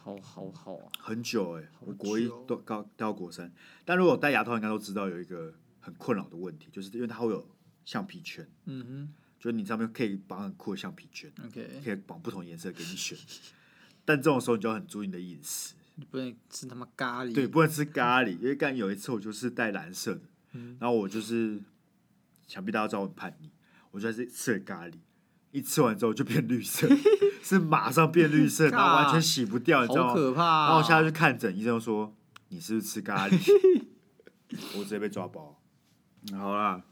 Speaker 2: 哦好好好啊，
Speaker 1: 很久哎、
Speaker 2: 好
Speaker 1: 我国一
Speaker 2: 久哦
Speaker 1: 都高戴到国三。但如果戴牙套，应该都知道有一个很困扰的问题，就是因为它会有橡皮圈。
Speaker 2: 嗯
Speaker 1: 就是你上面可以绑很酷的橡皮圈，
Speaker 2: 哼，OK，
Speaker 1: 可以绑不同颜色给你选。但这种时候你就要很注意你的饮食，
Speaker 2: 你不能吃他妈咖喱，
Speaker 1: 对，，不能吃咖喱，因为刚有一次我就是带蓝色的，
Speaker 2: 嗯
Speaker 1: 然后我就是想必大家知道我很叛逆，我就是吃了咖喱，一吃完之后就变绿色，是马上变绿色，然后完全洗不掉，你知道吗？
Speaker 2: 好可怕、
Speaker 1: 然后我现在去看诊，医生说你是不是吃咖喱？我直接被抓包。好啦，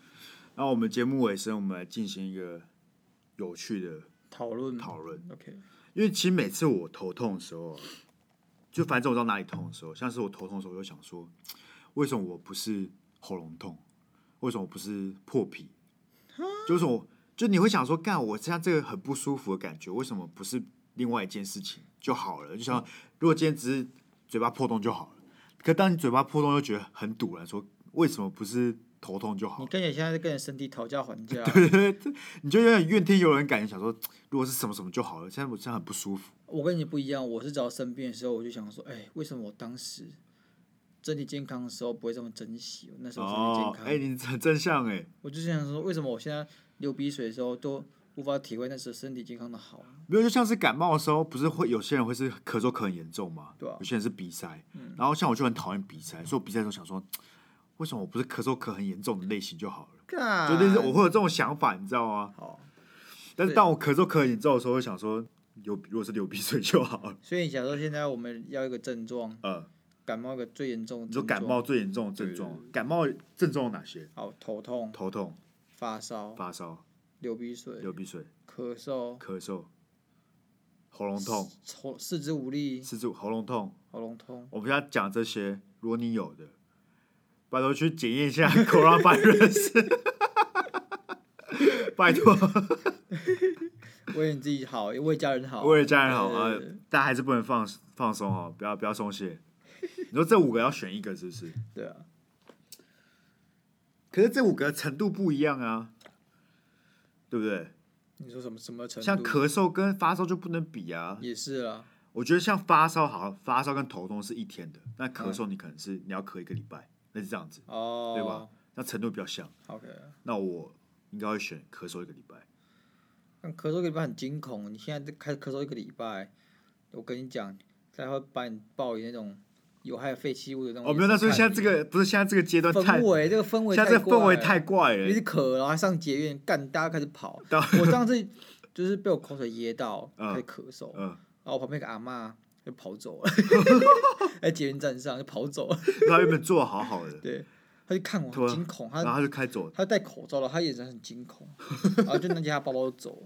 Speaker 1: 那我们节目尾声，我们来进行一个有趣的
Speaker 2: 讨论
Speaker 1: 讨论，
Speaker 2: ，OK，
Speaker 1: 因为其实每次我头痛的时候啊，就反正我知道哪里痛的时候，像是我头痛的时候，我就想说，为什么我不是喉咙痛？为什么我不是破皮？就为什么我就你会想说，干我现在这个很不舒服的感觉，为什么不是另外一件事情就好了？就像如果今天只是嘴巴破洞就好了，可当你嘴巴破洞又觉得很堵然，说为什么不是头痛就好
Speaker 2: 你
Speaker 1: 了？
Speaker 2: 跟你现在是跟你身体讨价还价，
Speaker 1: 你就有点怨天尤人感觉，想说如果是什么什么就好了，现在我现在很不舒服。
Speaker 2: 我跟你不一样，我是只要生病的时候，我就想说，哎、为什么我当时身体健康的时候不会这么珍惜？我那时候身体健
Speaker 1: 哦，
Speaker 2: 康，
Speaker 1: 哎、你很正向哎、
Speaker 2: 我就想说，为什么我现在流鼻水的时候都无法体会那时候身体健康的好？
Speaker 1: 没有，就像是感冒的时候，不是会有些人会是咳嗽咳很严重嘛？
Speaker 2: 对啊嗯
Speaker 1: 有些人是鼻塞，然后像我就很讨厌鼻塞，所以我鼻塞的时候想说，为什么我不是咳嗽咳很严重的类型就好了？
Speaker 2: 干
Speaker 1: 就类似我会有这种想法，你知道吗？
Speaker 2: 好，
Speaker 1: 但是当我咳嗽咳很严重的时候，我想说流，如果是流鼻水就好了。
Speaker 2: 所以假如现在我们要一个症状，
Speaker 1: 呃，
Speaker 2: 感冒一个最严重的
Speaker 1: 你说
Speaker 2: 症状，
Speaker 1: 感冒最严重的症状，感冒症状有哪些？
Speaker 2: 好头痛、
Speaker 1: 头痛、
Speaker 2: 发烧、
Speaker 1: 发烧、
Speaker 2: 流鼻水、
Speaker 1: 流鼻水、
Speaker 2: 咳嗽、
Speaker 1: 咳嗽、喉咙痛、
Speaker 2: 头四肢无力、
Speaker 1: 四肢喉咙痛、
Speaker 2: 喉咙痛。
Speaker 1: 我们现在讲这些，如果你有的，拜托去检验一下 coronavirus，拜托，
Speaker 2: 为你自己好，也为家人好，
Speaker 1: 为了家人好
Speaker 2: 对
Speaker 1: 啊
Speaker 2: 对对，
Speaker 1: 大家还是不能放放松哦，不要不要松懈。你说这五个要选一个是不是？
Speaker 2: 对啊，
Speaker 1: 可是这五个程度不一样啊，对不对？
Speaker 2: 你说什么什么程度？
Speaker 1: 像咳嗽跟发烧就不能比啊。
Speaker 2: 也是啦，
Speaker 1: 我觉得像发烧好，发烧跟头痛是一天的，那
Speaker 2: 嗯
Speaker 1: 咳嗽你可能是你要咳一个礼拜，那是这样子，
Speaker 2: 哦，
Speaker 1: 对吧？那程度比较像。
Speaker 2: ？OK，
Speaker 1: 那我应该会选咳嗽一个礼拜。
Speaker 2: 但咳嗽一个礼拜很惊恐，你现在开始咳嗽一个礼拜，我跟你讲，他会把你报以那种有害废弃物的那种。
Speaker 1: 哦，没有，那所以现在这个不是现在这个阶段太
Speaker 2: 氛，围，这个氛围，
Speaker 1: 现在这个氛围太，怪
Speaker 2: 一
Speaker 1: 了。
Speaker 2: 直咳，然后还上捷运，干，大家开始跑。
Speaker 1: 到
Speaker 2: 我上次就是被我口水噎到，
Speaker 1: 嗯
Speaker 2: 开始咳嗽，
Speaker 1: 嗯，
Speaker 2: 然后我旁边一个阿嬷就跑走 了，在捷运站上就跑走了，
Speaker 1: 他原本做的好好的，
Speaker 2: 对，他就看我
Speaker 1: 对
Speaker 2: 很
Speaker 1: 啊
Speaker 2: 惊恐，他
Speaker 1: 然后他就开走了。
Speaker 2: 他戴口罩了，他眼神很惊恐，然后就拿起他包包就走。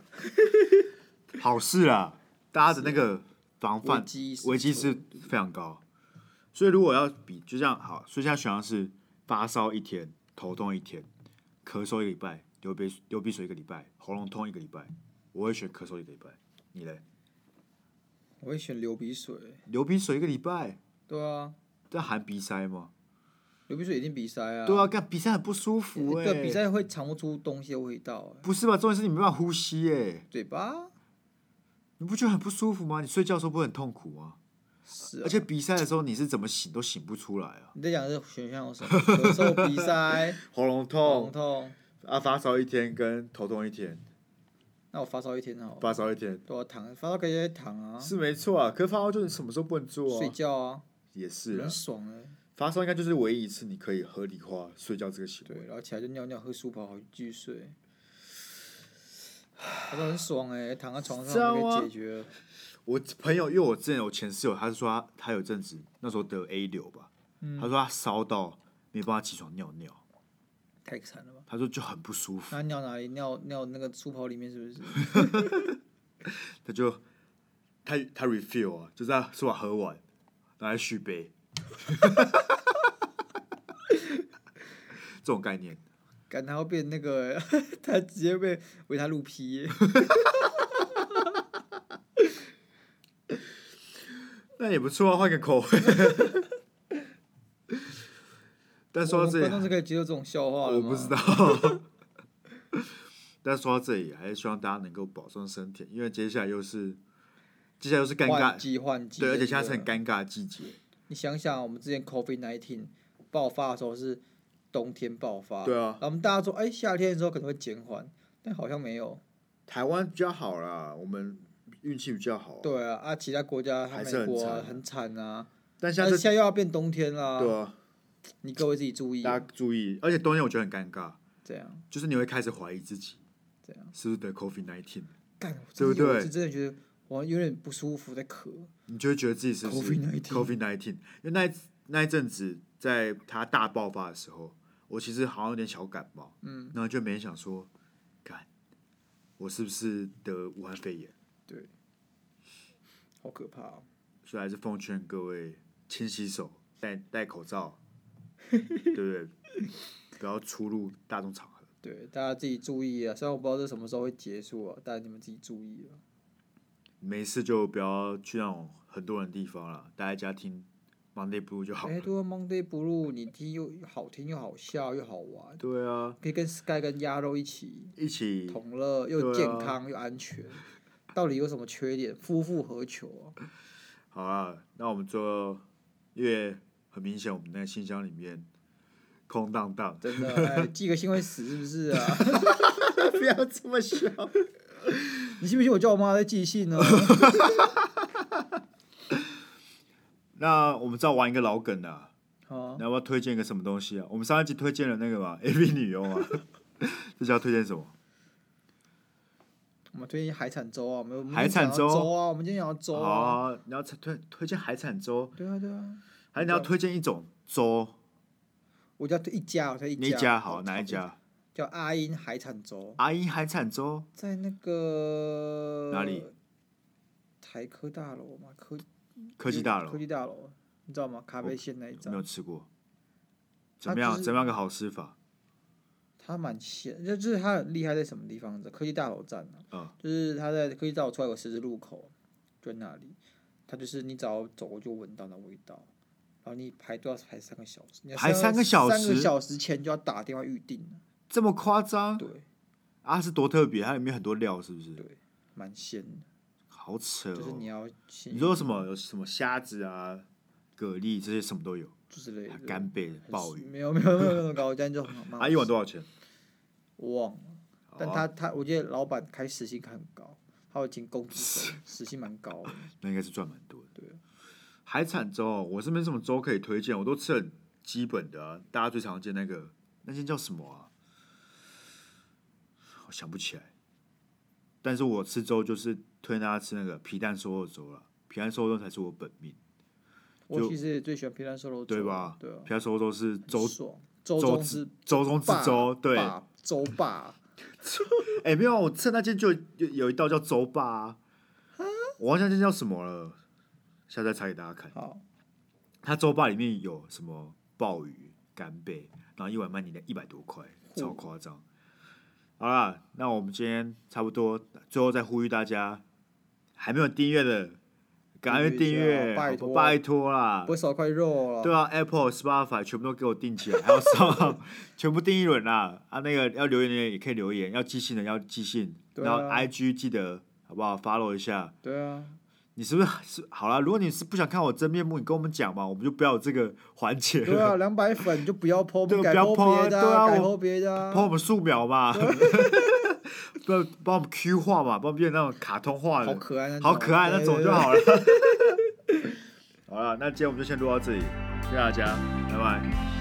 Speaker 1: 好事啊，大家的那个防范
Speaker 2: 危机
Speaker 1: 危机是非常高，所以如果要比，就像好，所以现在选项是发烧一天，头痛一天，咳嗽一个礼拜，流鼻流鼻水一个礼拜，喉咙痛一个礼拜，我会选咳嗽一个礼拜，你嘞？
Speaker 2: 我会选流鼻水，
Speaker 1: 流鼻水一个礼拜，
Speaker 2: 对啊，
Speaker 1: 但含鼻塞吗？
Speaker 2: 流鼻水一定鼻塞啊，
Speaker 1: 对啊，干鼻塞很不舒服哎、
Speaker 2: 对，鼻啊塞会尝不出东西的味道、欸，
Speaker 1: 不是吧？重点是你没办法呼吸哎、
Speaker 2: 嘴巴
Speaker 1: 你不觉得很不舒服吗？你睡觉的时候不会很痛苦吗？
Speaker 2: 是、啊，
Speaker 1: 而且鼻塞的时候你是怎么醒都醒不出来啊，
Speaker 2: 你在讲这选项 有什么？咳嗽、鼻塞、
Speaker 1: 喉咙
Speaker 2: 喉咙痛，
Speaker 1: 啊，发烧一天跟头痛一天，
Speaker 2: 那我发烧一天好了，
Speaker 1: 发烧一天
Speaker 2: 对啊，躺发烧可以在躺啊，
Speaker 1: 是没错啊，可是发烧就是你什么时候不能做
Speaker 2: 睡
Speaker 1: 啊？
Speaker 2: 觉啊，
Speaker 1: 也是啊
Speaker 2: 很，爽哎、
Speaker 1: 发烧应该就是唯一一次你可以合理化睡觉这个行为。
Speaker 2: 对，然后起来就尿尿，喝舒跑，继续睡。 他说很爽哎、躺在床上
Speaker 1: 这样
Speaker 2: 就可
Speaker 1: 吗
Speaker 2: 以解决了。
Speaker 1: 我朋友，因为我之前有前室友，他是说他他有阵子那时候得 A 流吧，
Speaker 2: 嗯
Speaker 1: 他说他烧到没办法起床尿尿，
Speaker 2: 太惨了吧？
Speaker 1: 他说就很不舒服，
Speaker 2: 那尿哪里？尿尿那个书跑里面是不是？
Speaker 1: 他就他他 refill 啊，就是他说我喝完，拿来续杯， 这种概念。
Speaker 2: 感他要变那个欸、他直接被维他露皮、欸。
Speaker 1: 那也不错啊，换个口味。 但 说
Speaker 2: 我
Speaker 1: 到这
Speaker 2: 们观众
Speaker 1: 里，
Speaker 2: 是可以接受这种笑话了
Speaker 1: 我
Speaker 2: 吗？
Speaker 1: 不知道。 但说到这里，还是希望大家能够保重身体，因为接下来又是接下来又是尴
Speaker 2: 换
Speaker 1: 尬，
Speaker 2: 季换季的
Speaker 1: 对，啊
Speaker 2: 一个，
Speaker 1: 而且现在是很尴尬的季节，
Speaker 2: 你想想，我们之前 COVID nineteen 爆发的时候是冬天爆发，
Speaker 1: 对啊
Speaker 2: 然后我们大家说，哎、夏天的时候可能会减缓，但好像没有。
Speaker 1: 台湾比较好啦，我们运气比较好、啊。
Speaker 2: 对啊，啊，其他国家
Speaker 1: 还
Speaker 2: 美
Speaker 1: 是很
Speaker 2: 国
Speaker 1: 惨
Speaker 2: 啊
Speaker 1: 啊
Speaker 2: 很惨啊，
Speaker 1: 但现
Speaker 2: 但
Speaker 1: 在这
Speaker 2: 是现在又要变冬天啦，
Speaker 1: 对啊，
Speaker 2: 你各位自己注意，
Speaker 1: 大家注意，而且冬天我觉得很尴尬，
Speaker 2: 这样
Speaker 1: 就是你会开始怀疑自己
Speaker 2: 这样，
Speaker 1: 是不是得 COVID nineteen，
Speaker 2: 干，
Speaker 1: 对不
Speaker 2: 我真的有一
Speaker 1: 对
Speaker 2: 次真的觉得我有点不舒服，在咳，
Speaker 1: 你就会觉得自己是不是
Speaker 2: COVID-19
Speaker 1: COVID nineteen，因为那一那一阵子在它大爆发的时候，我其实好像有点小感冒，
Speaker 2: 嗯，
Speaker 1: 然后就没想说，干，我是不是得武汉肺炎？
Speaker 2: 对，好可怕、哦，
Speaker 1: 所以还是奉劝各位勤洗手、戴戴口罩， 对不对？不要出入大众场合。
Speaker 2: 对，大家自己注意啊，虽然我不知道这什么时候会结束啊，但你们自己注意啊，
Speaker 1: 没事就不要去那种很多人的地方了，待在家听 Monday Blue 就好
Speaker 2: 哎、
Speaker 1: 了。
Speaker 2: 对啊，Monday Blue，你听又好听又好笑又好玩，
Speaker 1: 对啊，
Speaker 2: 可以跟 Sky 跟鸭肉一起
Speaker 1: 一起
Speaker 2: 同乐，又
Speaker 1: 对
Speaker 2: 健
Speaker 1: 啊
Speaker 2: 康、又安全，到底有什么缺点？夫复何求啊？，
Speaker 1: 好啊，那我们就因为很明显我们那个信箱里面空荡荡
Speaker 2: 真的，哎， 寄个信会死是不是啊？
Speaker 1: 不要这么笑。
Speaker 2: 你信不信我叫我妈在寄信呢？
Speaker 1: 那我们再玩一个老梗啊，
Speaker 2: 啊，
Speaker 1: 你要不要推荐一个什么东西啊？我们上一集推荐了那个嘛，AV 女优啊，这集要推荐什么？
Speaker 2: 我们推荐海产粥啊，我们我们
Speaker 1: 海产
Speaker 2: 今天
Speaker 1: 粥
Speaker 2: 讲到粥啊，我们今天讲到粥
Speaker 1: 好
Speaker 2: 啊，
Speaker 1: 啊，你要推推荐海产粥，
Speaker 2: 对啊对啊，
Speaker 1: 还是你要推荐一种粥？
Speaker 2: 我叫一家，我叫一
Speaker 1: 那一
Speaker 2: 家，
Speaker 1: 家好，哪一？家？
Speaker 2: 叫阿英海产粥，
Speaker 1: 阿英海产粥，
Speaker 2: 在那个
Speaker 1: 哪里？
Speaker 2: 台科大楼嘛，科
Speaker 1: 科技大楼
Speaker 2: 科技大楼，你知道吗？咖啡线那一
Speaker 1: 没有
Speaker 2: 张，
Speaker 1: 吃过，
Speaker 2: 它
Speaker 1: 怎么样？
Speaker 2: 啊就是
Speaker 1: 怎么样个好吃法？
Speaker 2: 它蛮线，就就是它很厉害在什么地方？科技大楼站啊，
Speaker 1: 嗯
Speaker 2: 就是它在科技大楼出来有十字路口，就在那里，它就是你只要走过就闻到那味道，然后你排队要排三个小时，你要
Speaker 1: 排三
Speaker 2: 个
Speaker 1: 个小
Speaker 2: 三个
Speaker 1: 时
Speaker 2: 小时前就要打电话预定了，
Speaker 1: 这么夸张？
Speaker 2: 对，
Speaker 1: 啊，是多特别，它里面很多料，是不是？
Speaker 2: 蛮鲜的，
Speaker 1: 好扯
Speaker 2: 就是你
Speaker 1: 哦！
Speaker 2: 要先
Speaker 1: 你说什么有什么虾子啊、蛤蜊这些什么都有，
Speaker 2: 之类
Speaker 1: 还
Speaker 2: 的
Speaker 1: 有干贝、
Speaker 2: 很
Speaker 1: 鲍鱼。
Speaker 2: 没有没有没有那么高，但就很 好，蛮好
Speaker 1: 啊，一碗
Speaker 2: 吃
Speaker 1: 多少钱？
Speaker 2: 我忘了，但
Speaker 1: 好啊
Speaker 2: 他他我记得老板开时薪开很高，他有请工 资手，时薪蛮高的，
Speaker 1: 那应该是赚蛮多的。
Speaker 2: 对啊，
Speaker 1: 海产粥哦，我是没什么粥可以推荐，我都吃很基本的啊。大家最常见那个，那间叫什么啊？我想不起来。但是我吃粥就是推大家吃那个皮蛋瘦肉粥了，皮蛋瘦肉粥才是我本命，
Speaker 2: 我
Speaker 1: 就
Speaker 2: 其实也最喜欢皮蛋瘦肉粥，
Speaker 1: 对吧？
Speaker 2: 对啊，
Speaker 1: 皮蛋瘦肉粥是
Speaker 2: 很
Speaker 1: 粥
Speaker 2: 爽，周
Speaker 1: 粥
Speaker 2: 中
Speaker 1: 之
Speaker 2: 之
Speaker 1: 粥中之
Speaker 2: 霸
Speaker 1: 粥，对，
Speaker 2: 霸周霸，
Speaker 1: 哎、没有，我圣诞节就有有一道叫粥霸啊，我忘记那叫什么了，下次再查给大家看。
Speaker 2: 好，
Speaker 1: 它粥霸里面有什么鲍鱼、干贝，然后一碗卖你的一百多块，
Speaker 2: 嗯
Speaker 1: 超夸张。好啦，那我们今天差不多，最后再呼吁大家，还没有订阅的，赶快去订
Speaker 2: 订阅
Speaker 1: 阅，
Speaker 2: 一下哦拜
Speaker 1: 好不
Speaker 2: 托
Speaker 1: 拜托啦
Speaker 2: 不！会少块肉了。
Speaker 1: 对啊，Apple、Spotify 全部都给我订起来，还有 上全部订一轮啦！啊，那个要留言的也可以留言，要寄信的要寄信，
Speaker 2: 对
Speaker 1: 然后
Speaker 2: 啊
Speaker 1: IG 记得好不好？follow 一下。
Speaker 2: 对 啊，
Speaker 1: 你是不是是好啦？如果你是不想看我真面目，你跟我们讲嘛，我们就不要有这个环节
Speaker 2: 对
Speaker 1: 了。
Speaker 2: 啊，两百粉就不要剖，
Speaker 1: 对
Speaker 2: 改
Speaker 1: 不要
Speaker 2: 剖别的
Speaker 1: 剖啊对啊
Speaker 2: 改
Speaker 1: 我
Speaker 2: 剖别的啊
Speaker 1: 帮我们素描嘛， 帮帮我们 Q 画嘛，帮我们变成那种卡通画
Speaker 2: 好
Speaker 1: 的，
Speaker 2: 可爱哦那种，
Speaker 1: 好可爱那种
Speaker 2: 对
Speaker 1: 就。好了。 好了，那今天我们就先录到这里，谢谢大家，拜拜。
Speaker 2: 对对